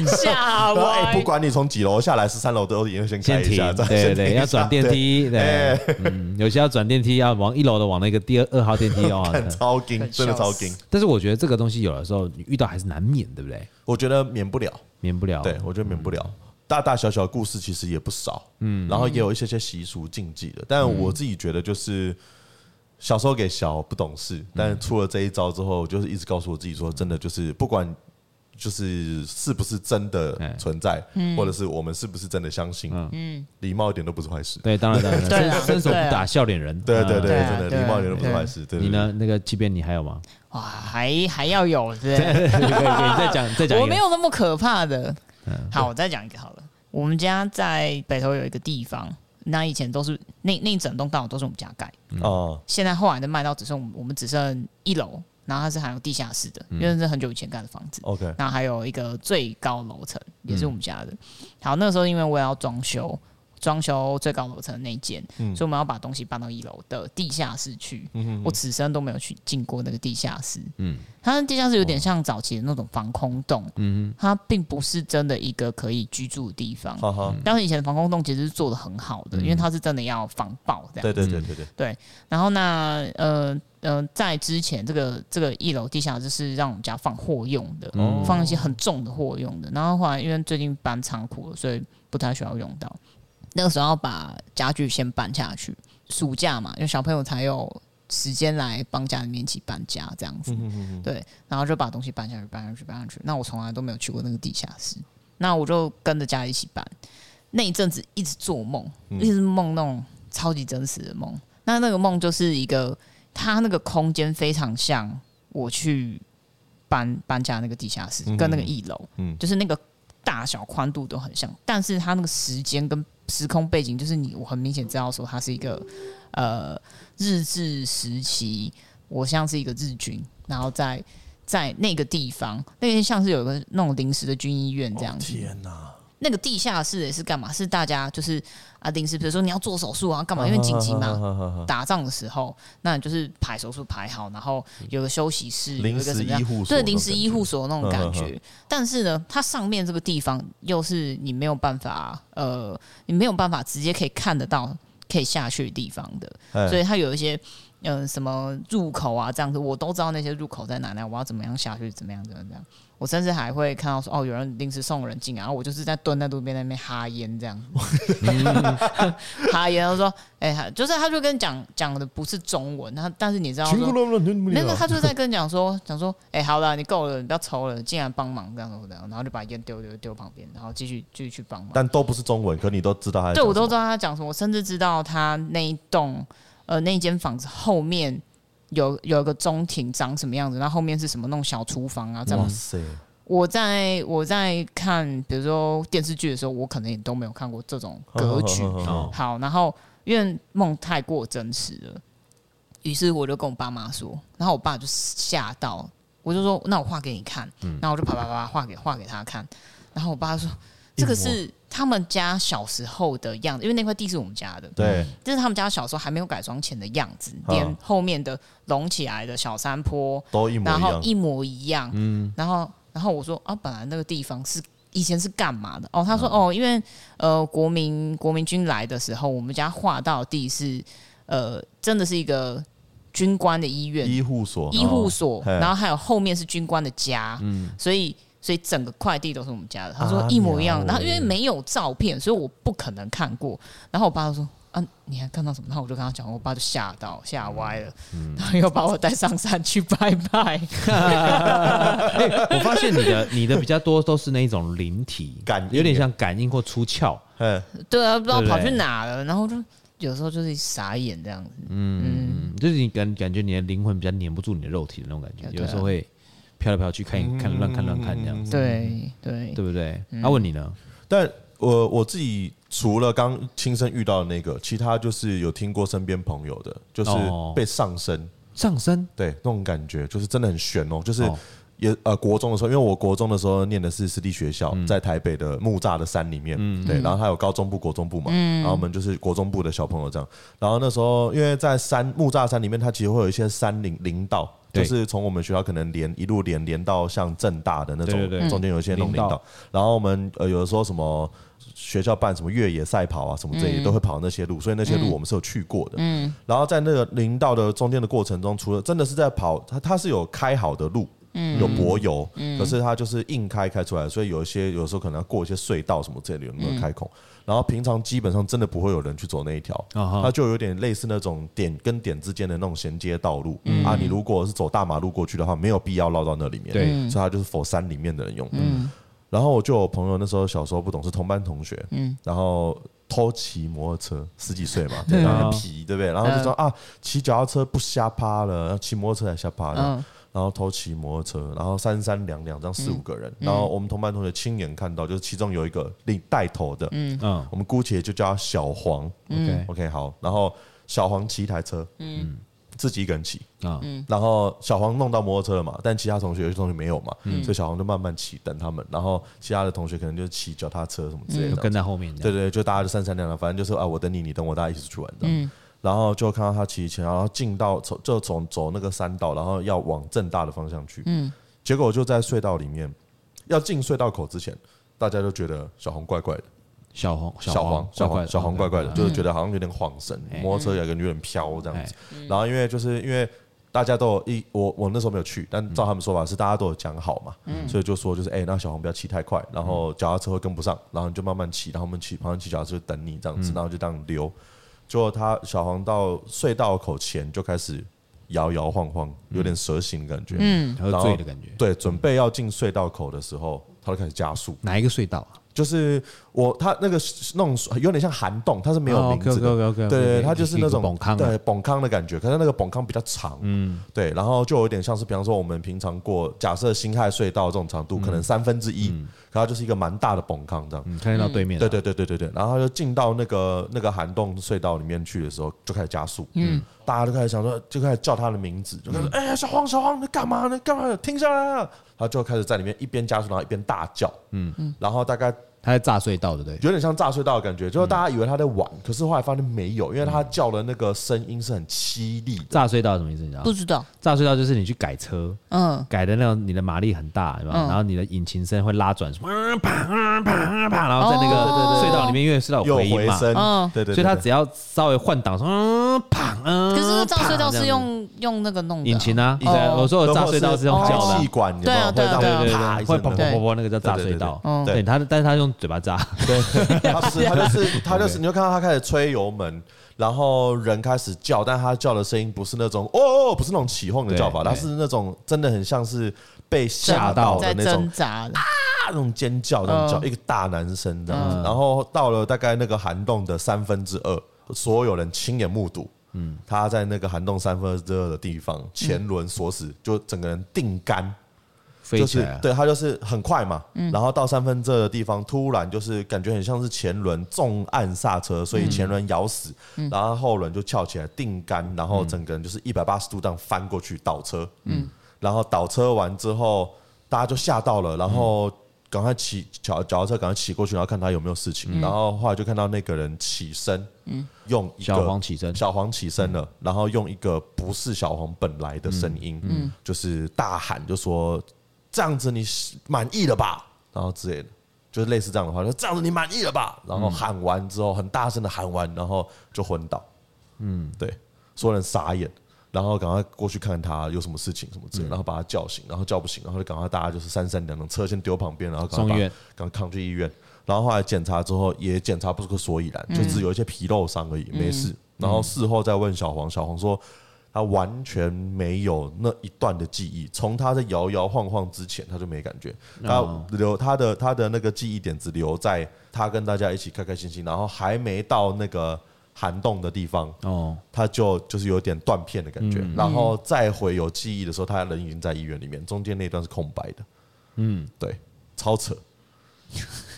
Speaker 3: 吓
Speaker 2: 然后
Speaker 3: 我
Speaker 2: (laughs) 哎，不管你从几楼下来，十三楼都已经先开
Speaker 1: 先
Speaker 2: 一
Speaker 1: 停
Speaker 2: 下，这，样
Speaker 1: 对
Speaker 2: 先
Speaker 1: 对，
Speaker 2: 停一
Speaker 1: 要转
Speaker 2: 下
Speaker 1: 电
Speaker 2: 对 (laughs) 哎
Speaker 1: 梯，对，嗯，有些要转电梯，要往一楼的往那个第二二号电梯
Speaker 2: (laughs)
Speaker 1: 哦。
Speaker 2: 看超劲，
Speaker 3: 很
Speaker 2: 真的
Speaker 3: 笑
Speaker 2: 超
Speaker 3: 死
Speaker 2: 劲，
Speaker 1: 但是我觉得这个东西有的时候你遇到还是难免，对不对？
Speaker 2: 我觉得免不了，
Speaker 1: 免不了。
Speaker 2: 对，我觉得免不了。大大小小的故事其实也不少，嗯，然后也有一些些习俗禁忌的，但我自己觉得就是小时候给小不懂事，但出了这一招之后，就是一直告诉我自己说，真的就是不管就是是不是真的
Speaker 1: 哎
Speaker 2: 存在，
Speaker 3: 嗯
Speaker 2: 或者是我们是不是真的相信，嗯，礼貌一点都不是坏事，
Speaker 1: 对，当然当然，
Speaker 3: 对啊
Speaker 1: 伸伸手
Speaker 3: 对啊
Speaker 1: 不打笑脸人。
Speaker 2: 对对
Speaker 1: 嗯
Speaker 2: 对，
Speaker 3: 对啊
Speaker 2: 真的
Speaker 3: 对啊
Speaker 2: 礼貌一点都不是坏事，对
Speaker 1: 你
Speaker 2: 对对
Speaker 1: 呢？那个即便你还有吗？ (laughs)
Speaker 3: 哇，还还要有是不是？
Speaker 1: 对对对，你再讲再讲一个。嗯
Speaker 3: 我没有那么可怕的。好，我再讲一个好了。我们家在北头有一个地方，那以前都是那那一整栋大楼都是我们家盖，
Speaker 2: 哦，
Speaker 3: 现在后来的卖到只剩我们我们只剩一楼，然后它是还有地下室的，因
Speaker 1: 嗯
Speaker 3: 为是很久以前盖的房子。
Speaker 2: OK，
Speaker 3: 然后还有一个最高楼层也
Speaker 1: 嗯
Speaker 3: 是我们家的。好，那个时候因为我也要装修，装修最高楼层的那一间，
Speaker 2: 嗯
Speaker 3: 所以我们要把东西搬到一楼的地下室去。
Speaker 1: 嗯
Speaker 3: 我此生都没有去进过那个地下室。嗯，它的地下室有点像早期的那种防空洞，嗯，它并不是真的一个可以居住的地方。
Speaker 2: 哈哈，
Speaker 3: 但是以前的防空洞其实是做的很好的，因为它是真的要防爆这样。
Speaker 2: 对对对对对，
Speaker 3: 然后那呃呃，在之前这个这个一楼地下室是让我们家放货用的，
Speaker 1: 哦嗯
Speaker 3: 放一些很重的货用的。然后后来因为最近搬仓库了，所以不太需要用到。那个时候要把家具先搬下去，暑假嘛，因为小朋友才有时间来帮家里面一起搬家这
Speaker 2: 嗯
Speaker 3: 样子。对，然后就把东西搬下去，搬下去，搬下去。那我从来都没有去过那个地下室，那我就跟着家里一起搬。那一阵子一直做梦，
Speaker 2: 嗯
Speaker 3: 一直梦那种超级真实的梦。那那个梦就是一个，它那个空间非常像我去搬搬家那个地下室
Speaker 2: 嗯
Speaker 3: 跟那个一楼，
Speaker 2: 嗯
Speaker 3: 就是那个大小宽度都很像，但是它那个时间跟时空背景，就是你我很明显知道说它是一个呃日治时期，我像是一个日军，然后在在那个地方，那个像是有一个那种临时的军医院这样子，
Speaker 2: 天哪，
Speaker 3: 那个地下室也是干嘛？是大家就是啊，临时比如说你要做手术啊，干嘛？因为紧急嘛，
Speaker 2: 嘛，
Speaker 3: 打仗的时候，那你就是排手术排好，然后有个休息室，有一
Speaker 2: 临
Speaker 3: 个
Speaker 2: 时
Speaker 3: 什么
Speaker 2: 医
Speaker 3: 样？
Speaker 2: 护所
Speaker 3: 对，
Speaker 2: 那种
Speaker 3: 临时医
Speaker 2: 感觉
Speaker 3: 护所那种感
Speaker 2: 嗯嗯
Speaker 3: 觉。但是呢，它上面这个地方又是你没有办法，呃，你没有办法直接可以看得到可以下去的地方的。
Speaker 2: 哎
Speaker 3: 所以它有一些嗯、呃什么入口啊这样子，我都知道那些入口在哪里，我要怎么样下去，怎么样怎么样怎么样。我甚至还会看到说，哦，有人临时送人进来，然后我就是在蹲在路边那边哈烟这样，
Speaker 2: 嗯
Speaker 3: (laughs) 哈烟。他说，哎、他就是他就跟讲讲的不是中文，他但是你知道
Speaker 2: 秦
Speaker 3: 说
Speaker 2: 国罗罗罗
Speaker 3: 没有，他就在跟你讲说， (laughs) 讲说，哎、好了，你够了，你不要抽了，进来帮忙这样子的，然后就把烟丢丢丢旁边，然后继续继续去帮忙。
Speaker 2: 但都不是中文，可你都知道他在
Speaker 3: 对，
Speaker 2: 讲
Speaker 3: 我都
Speaker 2: 什
Speaker 3: 知道他讲什么，我甚至知道他那一栋呃那一间房子后面有有一个中庭长什么样子，然后后面是什么那种小厨房啊这
Speaker 2: 么。
Speaker 3: 样
Speaker 2: 哇
Speaker 3: 子。
Speaker 2: 塞，
Speaker 3: 我在我在看比如说电视剧的时候，我可能也都没有看过这种格局。
Speaker 1: 哦，
Speaker 3: 好，然后因为梦太过真实了，于是我就跟我爸妈说，然后我爸就吓到，我就说那我画给你看，
Speaker 1: 嗯
Speaker 3: 然后我就啪啪啪啪画给画给他看，然后我爸说这个是他们家小时候的样子，因为那块地是我们家的，
Speaker 2: 对，
Speaker 3: 这是他们家小时候还没有改装前的样子，
Speaker 1: 哦
Speaker 2: 嗯
Speaker 3: 连后面的隆起来的小山坡，
Speaker 2: 都一模
Speaker 3: 然
Speaker 2: 一
Speaker 3: 后
Speaker 2: 样。嗯
Speaker 3: 一模一样，然后然后我说啊，本来那个地方是以前是干嘛的？哦，他说
Speaker 2: 嗯
Speaker 3: 哦，因为呃，国民国民军来的时候，我们家划到的地是呃，真的是一个军官的医院、
Speaker 2: 医护所，哦
Speaker 3: 医护所，
Speaker 2: 嘿嗯
Speaker 3: 然后还有后面是军官的家，所以。所以整个快递都是我们家的，他说
Speaker 2: 啊
Speaker 3: 一模一样
Speaker 2: 了。
Speaker 3: 然后因为没有照片，所以我不可能看过。然后我爸就说：“啊，你还看到什么？”然后我就跟他讲，我爸就吓到吓歪了，
Speaker 2: 嗯
Speaker 3: 然后又把我带上山去拜拜。
Speaker 1: (laughs) 哎我发现你的你的比较多都是那种灵体
Speaker 2: 感应啊
Speaker 1: 有点像感应或出窍。
Speaker 2: 嗯，
Speaker 3: 对啊，不知道
Speaker 1: 对不
Speaker 3: 跑
Speaker 1: 对
Speaker 3: 去哪了，然后就有时候就是傻眼这样子。
Speaker 1: 嗯，就是你感感觉你的灵魂比较黏不住你的肉体的那种感觉，
Speaker 3: 对啊
Speaker 1: 有时候会飘来飘去，
Speaker 2: 嗯
Speaker 1: 看一看乱看乱看这样子，
Speaker 3: 对对，
Speaker 1: 嗯对不对？
Speaker 3: 嗯
Speaker 1: 阿问你呢？
Speaker 2: 但我我自己除了刚亲身遇到的那个，其他就是有听过身边朋友的，就是
Speaker 1: 哦
Speaker 2: 被上身，
Speaker 1: 上身
Speaker 2: 对那种感觉，就是真的很悬哦，就是
Speaker 1: 哦
Speaker 2: 也呃国中的时候，因为我国中的时候念的是私立学校，
Speaker 1: 嗯
Speaker 2: 在台北的木栅的山里面，对，然后它有高中部、国中部嘛，然后我们就是国中部的小朋友这样，然后那时候因为在山木栅山里面，它其实会有一些山林林道。就
Speaker 1: 对
Speaker 2: 是从我们学校可能连一路连连到像正大的那种
Speaker 1: 对对对
Speaker 2: 中间有一些那种
Speaker 1: 林
Speaker 2: 领
Speaker 1: 道
Speaker 2: 导，然后我们呃有的时候什么学校办什么越野赛跑啊什么之类的，都会跑那些路，所以那些路我们是有去过的。嗯，然后在那个林道的中间的过程中，除了真的是在跑，它它是有开好的路。有柏油，可是它就是硬开开出来，所以有一些有时候可能要过一些隧道什么之类的有那个开孔，然后平常基本上真的不会有人去走那一条，
Speaker 1: 啊哈
Speaker 2: 它就有点类似那种点跟点之间的那种衔接道路啊。你如果是走大马路过去的话，没有必要绕到那里面，
Speaker 1: 对
Speaker 2: 所以它就是否山里面的人用的。然后我就有朋友那时候小时候不懂是同班同学，然后偷骑摩托车，十几岁嘛，对，然后很皮，对不对？然后就说啊，骑脚踏车不瞎趴了，骑摩托车才瞎趴的。
Speaker 3: 嗯
Speaker 2: 然后偷骑摩托车，然后三三两两这样四五个人，然后我们同班同学亲眼看到，就是其中有一个领带头的，
Speaker 1: 嗯
Speaker 2: 我们姑且就叫他小黄。
Speaker 3: 嗯
Speaker 1: ，OK
Speaker 2: OK，好，然后小黄骑一台车，嗯，自己一个人骑，
Speaker 1: 啊，
Speaker 3: 嗯
Speaker 2: 然后小黄弄到摩托车了嘛，但其他同学有些同学没有嘛，所以小黄就慢慢骑等他们，然后其他的同学可能就骑脚踏车什么之类
Speaker 1: 就
Speaker 2: 的，
Speaker 1: 跟在后面这
Speaker 2: 对
Speaker 1: 样。
Speaker 2: 对，就大家就三三两两，反正就是啊，我等你，你等我，大家一起出去玩的。然后就看到他骑前，然后进到走就走走那个山道，然后要往正大的方向去。结果就在隧道里面，要进隧道口之前，大家都觉得小红怪怪的，
Speaker 1: 小黄
Speaker 2: 小黄小
Speaker 1: 怪啊
Speaker 2: 黄小黄怪怪的，就是觉得好像有点晃神，摩托车也感觉有点飘这样子。然后因为就是因为大家都有一我我那时候没有去，但照他们说法是大家都有讲好嘛，所以就说就是哎、那小黄不要骑太快，然后脚踏车会跟不上，然后你就慢慢骑，然后我们骑旁边骑脚踏车就等你这样子，然后就这样溜。结果他小黄到隧道口前就开始摇摇晃晃，有点蛇形的感觉。嗯，
Speaker 1: 喝醉的感觉。
Speaker 2: 对，准备要进隧道口的时候，他就开始加速。
Speaker 1: 哪一个隧道啊？
Speaker 2: 就是我他那个那种有点像涵洞，它是没有
Speaker 1: 哦啊
Speaker 2: 名字的，
Speaker 1: OK，OK，OK，OK，
Speaker 2: 对对，
Speaker 1: 一个
Speaker 2: 它就是那
Speaker 1: 一个
Speaker 2: 种
Speaker 1: 崩坑啊
Speaker 2: 对崩康的感觉，可是那个崩康比较长，嗯，对，然后就有点像是比方说我们平常过假设辛亥隧道这种长度，
Speaker 1: 嗯
Speaker 2: 可能三分之一，然后就是一个蛮大的崩康这样，
Speaker 1: 你看得到对面啊？
Speaker 2: 嗯对对对对对对，然后他就进到那个那个涵洞隧道里面去的时候，就开始加速，嗯，大家就开始想说，就开始叫他的名字，就开始
Speaker 1: 嗯
Speaker 2: 哎、小黄小黄你干嘛呢？干嘛停下来啊？他就开始在里面一边加速，然后一边大叫，嗯嗯，然后大概
Speaker 1: 他在炸隧道，对不对？
Speaker 2: 有点像炸隧道的感觉，就是大家以为他在玩，可是后来发现没有，因为他叫的那个声音是很凄厉的。
Speaker 1: 炸隧道是什么意思？你知道
Speaker 3: 不
Speaker 1: 吗？
Speaker 3: 知道，
Speaker 1: 炸隧道就是你去改车，
Speaker 3: 嗯，
Speaker 1: 改的那种，你的马力很大，对吧？然后你的引擎声会拉转，什么
Speaker 2: 嗯
Speaker 1: 啊啪啊啪啊啪，然后在那个
Speaker 3: 哦
Speaker 1: 隧道里面，因为隧道有
Speaker 2: 又
Speaker 1: 回音
Speaker 2: 回
Speaker 1: 嘛，
Speaker 2: 声，
Speaker 3: 嗯
Speaker 2: 对对
Speaker 1: 所以
Speaker 2: 对，
Speaker 1: 他
Speaker 2: 对
Speaker 1: 只要稍微换挡，说嗯啪嗯，
Speaker 3: 可是炸隧道
Speaker 1: 啪
Speaker 3: 是用用那个弄的啊
Speaker 1: 引擎啊，我说的炸隧道是用叫的
Speaker 2: 或
Speaker 1: 啊
Speaker 2: 是气。管，有没有
Speaker 3: 对啊对啊
Speaker 2: 会让
Speaker 1: 对
Speaker 2: 你
Speaker 1: 对
Speaker 2: 啪
Speaker 1: 对，
Speaker 2: 一
Speaker 1: 会
Speaker 2: 声
Speaker 1: 砰砰
Speaker 2: 的
Speaker 1: 砰砰，那个叫炸隧道。
Speaker 2: 对
Speaker 1: 对，他但是他用嘴巴炸，
Speaker 2: 对，他是他就是他就是
Speaker 1: OK
Speaker 2: 你就看到他开始吹油门，然后人开始叫，但他叫的声音不是那种哦哦，哦不是那种起哄的叫法，
Speaker 1: 对
Speaker 2: 他
Speaker 1: 对
Speaker 2: 是那种真的很像是被吓
Speaker 1: 吓
Speaker 2: 到
Speaker 1: 到
Speaker 2: 的
Speaker 3: 在
Speaker 2: 那种
Speaker 3: 挣扎的，
Speaker 2: 那种尖叫，那种叫、
Speaker 3: 嗯
Speaker 2: 一个大男生这样子。然后到了大概那个涵洞的三分之二，所有人亲眼目睹，嗯，他在那个涵洞三分之二的地方，前轮锁死，就整个人定杆，
Speaker 1: 飞
Speaker 2: 就
Speaker 1: 起
Speaker 2: 是
Speaker 1: 来啊。嗯
Speaker 2: 对他就是很快嘛，然后到三分之二的地方，突然就是感觉很像是前轮重按刹车，所以前轮咬死，
Speaker 1: 嗯
Speaker 2: 然后后轮就翘起来定杆，然后整个人就是一百八十度这样翻过去倒车，嗯，然后倒车完之后，大家就吓到了，然后赶快骑脚脚踏车赶快骑过去，然后看他有没有事
Speaker 1: 嗯
Speaker 2: 情，然后后来就看到那个人起身，嗯，用一个
Speaker 1: 小黄起身，嗯
Speaker 2: 小黄起身了，然
Speaker 1: 嗯
Speaker 2: 后用一个不是小黄本来的声音，就是大喊，就说这样子你满意了吧？然后之类的，就是类似这样的话，说这样子你满意了吧？然后喊完之后，很大声的喊完，然后就昏倒。嗯，对，所有人傻眼，然后赶快过去看他有什么事情什么之
Speaker 1: 嗯
Speaker 2: 类，然后把他叫醒，然后叫不醒，然后就赶快大家就是三三两两，车先丢旁边，然后赶
Speaker 1: 送
Speaker 2: 快
Speaker 1: 医
Speaker 2: 把
Speaker 1: 院
Speaker 2: 赶快扛去医院。然后后来检查之后也检查不出个所以然，
Speaker 1: 嗯
Speaker 2: 就只有一些皮肉伤而已，没事。然后事后再问小黄，小黄说他完全没有那一段的记忆，从他在摇摇晃晃之前他就没感觉，他
Speaker 1: 哦
Speaker 2: 留他的他的那个记忆点只留在他跟大家一起开开心心，然后还没到那个涵洞的地方，
Speaker 1: 哦，
Speaker 2: 他就就是有点断片的感觉，
Speaker 1: 嗯
Speaker 2: 然后再回有记忆的时候，他人已经在医院里面，中间那段是空白的，嗯，对，超扯，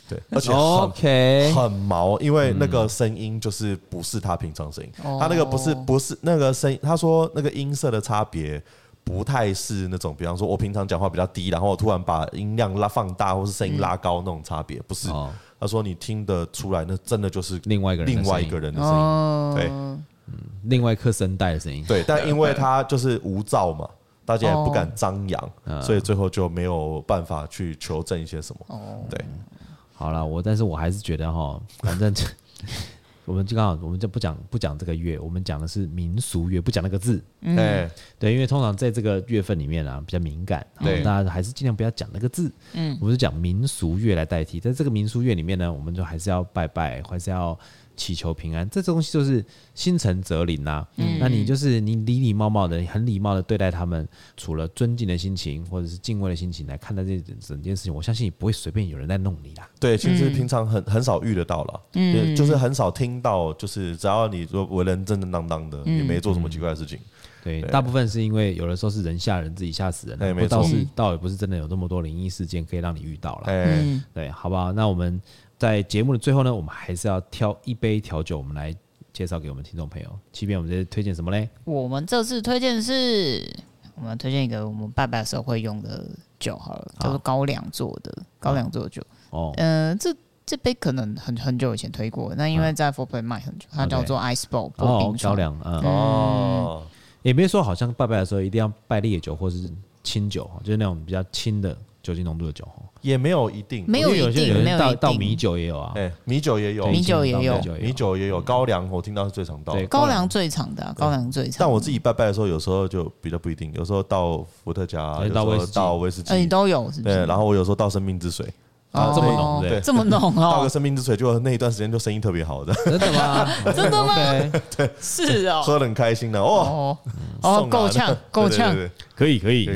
Speaker 2: 对，而且很
Speaker 1: 哦 OK，
Speaker 2: 很毛，哦因为那个声音就是不是他平常声音，
Speaker 1: 嗯
Speaker 3: 哦
Speaker 2: 他那个不是不是那个声音，他说那个音色的差别。不太是那种，比方说我平常讲话比较低，然后我突然把音量拉放大，或是声音拉高那种差别，不是。
Speaker 1: 哦，
Speaker 2: 他说你听得出来，那真的就是
Speaker 1: 另外一个人的
Speaker 2: 另外
Speaker 1: 声
Speaker 2: 一
Speaker 1: 音
Speaker 2: 个人的声音。
Speaker 1: 啊
Speaker 2: 对
Speaker 3: 哦，
Speaker 1: 另外一颗声带的声音，
Speaker 2: 对，但因为他就是无照嘛，大家也不敢张扬，所以最后就没有办法去求证一些什么。
Speaker 3: 哦
Speaker 2: 对，
Speaker 1: 好了，我但是我还是觉得哈，反正我们就刚好，我们就不讲不讲这个月，我们讲的是民俗月，不讲那个字。
Speaker 2: 哎，
Speaker 1: 对，因为通常在这个月份里面啊，比较敏感，好
Speaker 2: 对
Speaker 1: 大家还是尽量不要讲那个字。嗯，我们就讲民俗月来代替。在这个民俗月里面呢，我们就还是要拜拜，还是要祈求平安。这东西就是心诚则灵呐、啊那你就是你礼礼貌貌的，很礼貌的对待他们，除了尊敬的心情或者是敬畏的心情来看待这整整件事情，我相信也不会随便有人在弄你啦。
Speaker 2: 对，其实平常很很少遇得到了，嗯，就是很少听到，就是只要你说为人正正当当的，也没做什么奇怪的事情。
Speaker 1: 对，大部分是因为有的时候是人吓人，自己吓死人
Speaker 2: 哎
Speaker 1: 了，
Speaker 2: 没
Speaker 1: 不倒
Speaker 2: 错
Speaker 1: 是倒也不是真的有这么多灵异事件可以让你遇到了。
Speaker 2: 哎，
Speaker 3: 嗯
Speaker 1: 对，好不好？那我们在节目的最后呢，我们还是要挑一杯调酒，我们来介绍给我们听众朋友。即便我们这次推荐什么嘞？
Speaker 3: 我们这次推荐的是，我们推荐一个我们拜拜的时候会用的酒，好了，叫做高粱做的高粱做的酒。
Speaker 1: 哦，
Speaker 3: 嗯，这这杯可能很很久以前推过，那因为在 Four Play 卖很久，它
Speaker 1: 嗯 OK
Speaker 3: 叫做 Ice Ball 薄
Speaker 1: 哦
Speaker 3: 冰，
Speaker 1: 高
Speaker 3: 床。
Speaker 1: 粱，嗯，
Speaker 2: 哦，
Speaker 1: 也别说好像拜拜的时候一定要拜烈酒或是清酒，哦就是那种比较轻的酒精浓度的酒。哦
Speaker 2: 也没有一定，
Speaker 3: 没
Speaker 1: 因
Speaker 3: 有
Speaker 1: 为有
Speaker 3: 一
Speaker 1: 些有
Speaker 3: 定，没
Speaker 1: 人倒
Speaker 3: 有
Speaker 1: 倒
Speaker 3: 一
Speaker 1: 米
Speaker 3: 定。
Speaker 1: 酒也有啊，
Speaker 2: 哎，米酒也有
Speaker 1: 对，
Speaker 3: 米酒也
Speaker 1: 倒
Speaker 3: 有
Speaker 1: 米酒也
Speaker 2: 米
Speaker 1: 有，
Speaker 2: 酒也有，高粱我听到是最常到的
Speaker 1: 对。
Speaker 3: 高粱最长的啊，高粱最长。
Speaker 2: 但我自己拜拜的时候，有时候就比较不一定，有时候到伏特加，
Speaker 1: 哎
Speaker 2: 有时
Speaker 1: 到威
Speaker 2: 候
Speaker 1: 士忌
Speaker 2: 到威士
Speaker 3: 呃，你
Speaker 2: 忌，
Speaker 3: 都有是不
Speaker 2: 对，
Speaker 3: 是？
Speaker 2: 然后我有时候到生命之水，
Speaker 1: 啊这么浓
Speaker 3: 哦
Speaker 1: 对
Speaker 2: 对
Speaker 3: 这么
Speaker 2: (laughs)
Speaker 3: 浓
Speaker 2: 到个
Speaker 3: 哦，
Speaker 2: 生命之水，就那一段时间就生意特别好的，
Speaker 1: 真的吗？
Speaker 3: (laughs) 真的
Speaker 2: (laughs)
Speaker 3: 吗
Speaker 1: OK，
Speaker 3: 是哦，
Speaker 2: 喝得很开心的 (laughs) 哦。
Speaker 3: 哦
Speaker 2: 送
Speaker 3: 哦，
Speaker 2: 啊
Speaker 3: 够
Speaker 2: (laughs)
Speaker 3: 呛，够呛，
Speaker 2: 对对对
Speaker 1: 可以，可以
Speaker 2: 可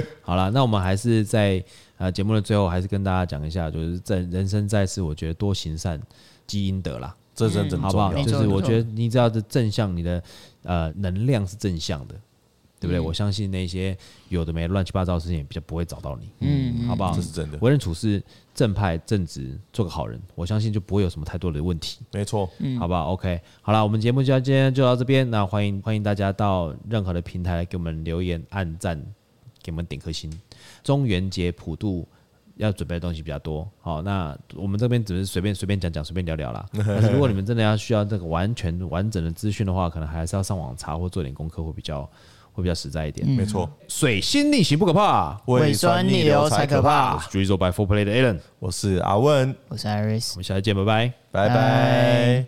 Speaker 2: 以。 (laughs)
Speaker 1: 好了，那我们还是在呃节目的最后，还是跟大家讲一下，就是在人生在世，我觉得多行善积阴德啦。嗯
Speaker 2: 这真的很
Speaker 1: 好
Speaker 2: 重
Speaker 1: 不
Speaker 2: 要
Speaker 1: 好？。
Speaker 3: 没
Speaker 1: 就
Speaker 3: 错
Speaker 1: 是我
Speaker 3: 没错
Speaker 1: 觉得你只要是正向，你的呃能量是正向的，对不
Speaker 3: 嗯
Speaker 1: 对？我相信那些有的没乱七八糟的事情也比较不会找到你，嗯，好不好
Speaker 2: 这？是真的，
Speaker 1: 为人处事正派正直，做个好人，我相信就不会有什么太多的问题，
Speaker 2: 没错。
Speaker 3: 嗯
Speaker 1: 好不好？OK，好了，我们节目就到今天就到这边，那欢迎欢迎大家到任何的平台来给我们留言、按赞，给我们点颗星。中元节普渡。要准备的东西比较多，好，那我们这边只是随便随便讲讲，随便聊聊啦。但是如果你们真的要需要这个完全完整的资讯的话，可能还是要上网查或做点功课，会比较会比较实在一点。
Speaker 2: 没错，
Speaker 1: 水星逆行不可怕，
Speaker 3: 胃酸逆流才可
Speaker 1: 我
Speaker 3: 怕。
Speaker 1: 是 Drizzle by Four Play 的 Alan，
Speaker 2: 我是阿问，
Speaker 3: 我是 Iris
Speaker 1: 我。们下次见，拜拜。
Speaker 2: 拜
Speaker 3: 拜
Speaker 2: 拜。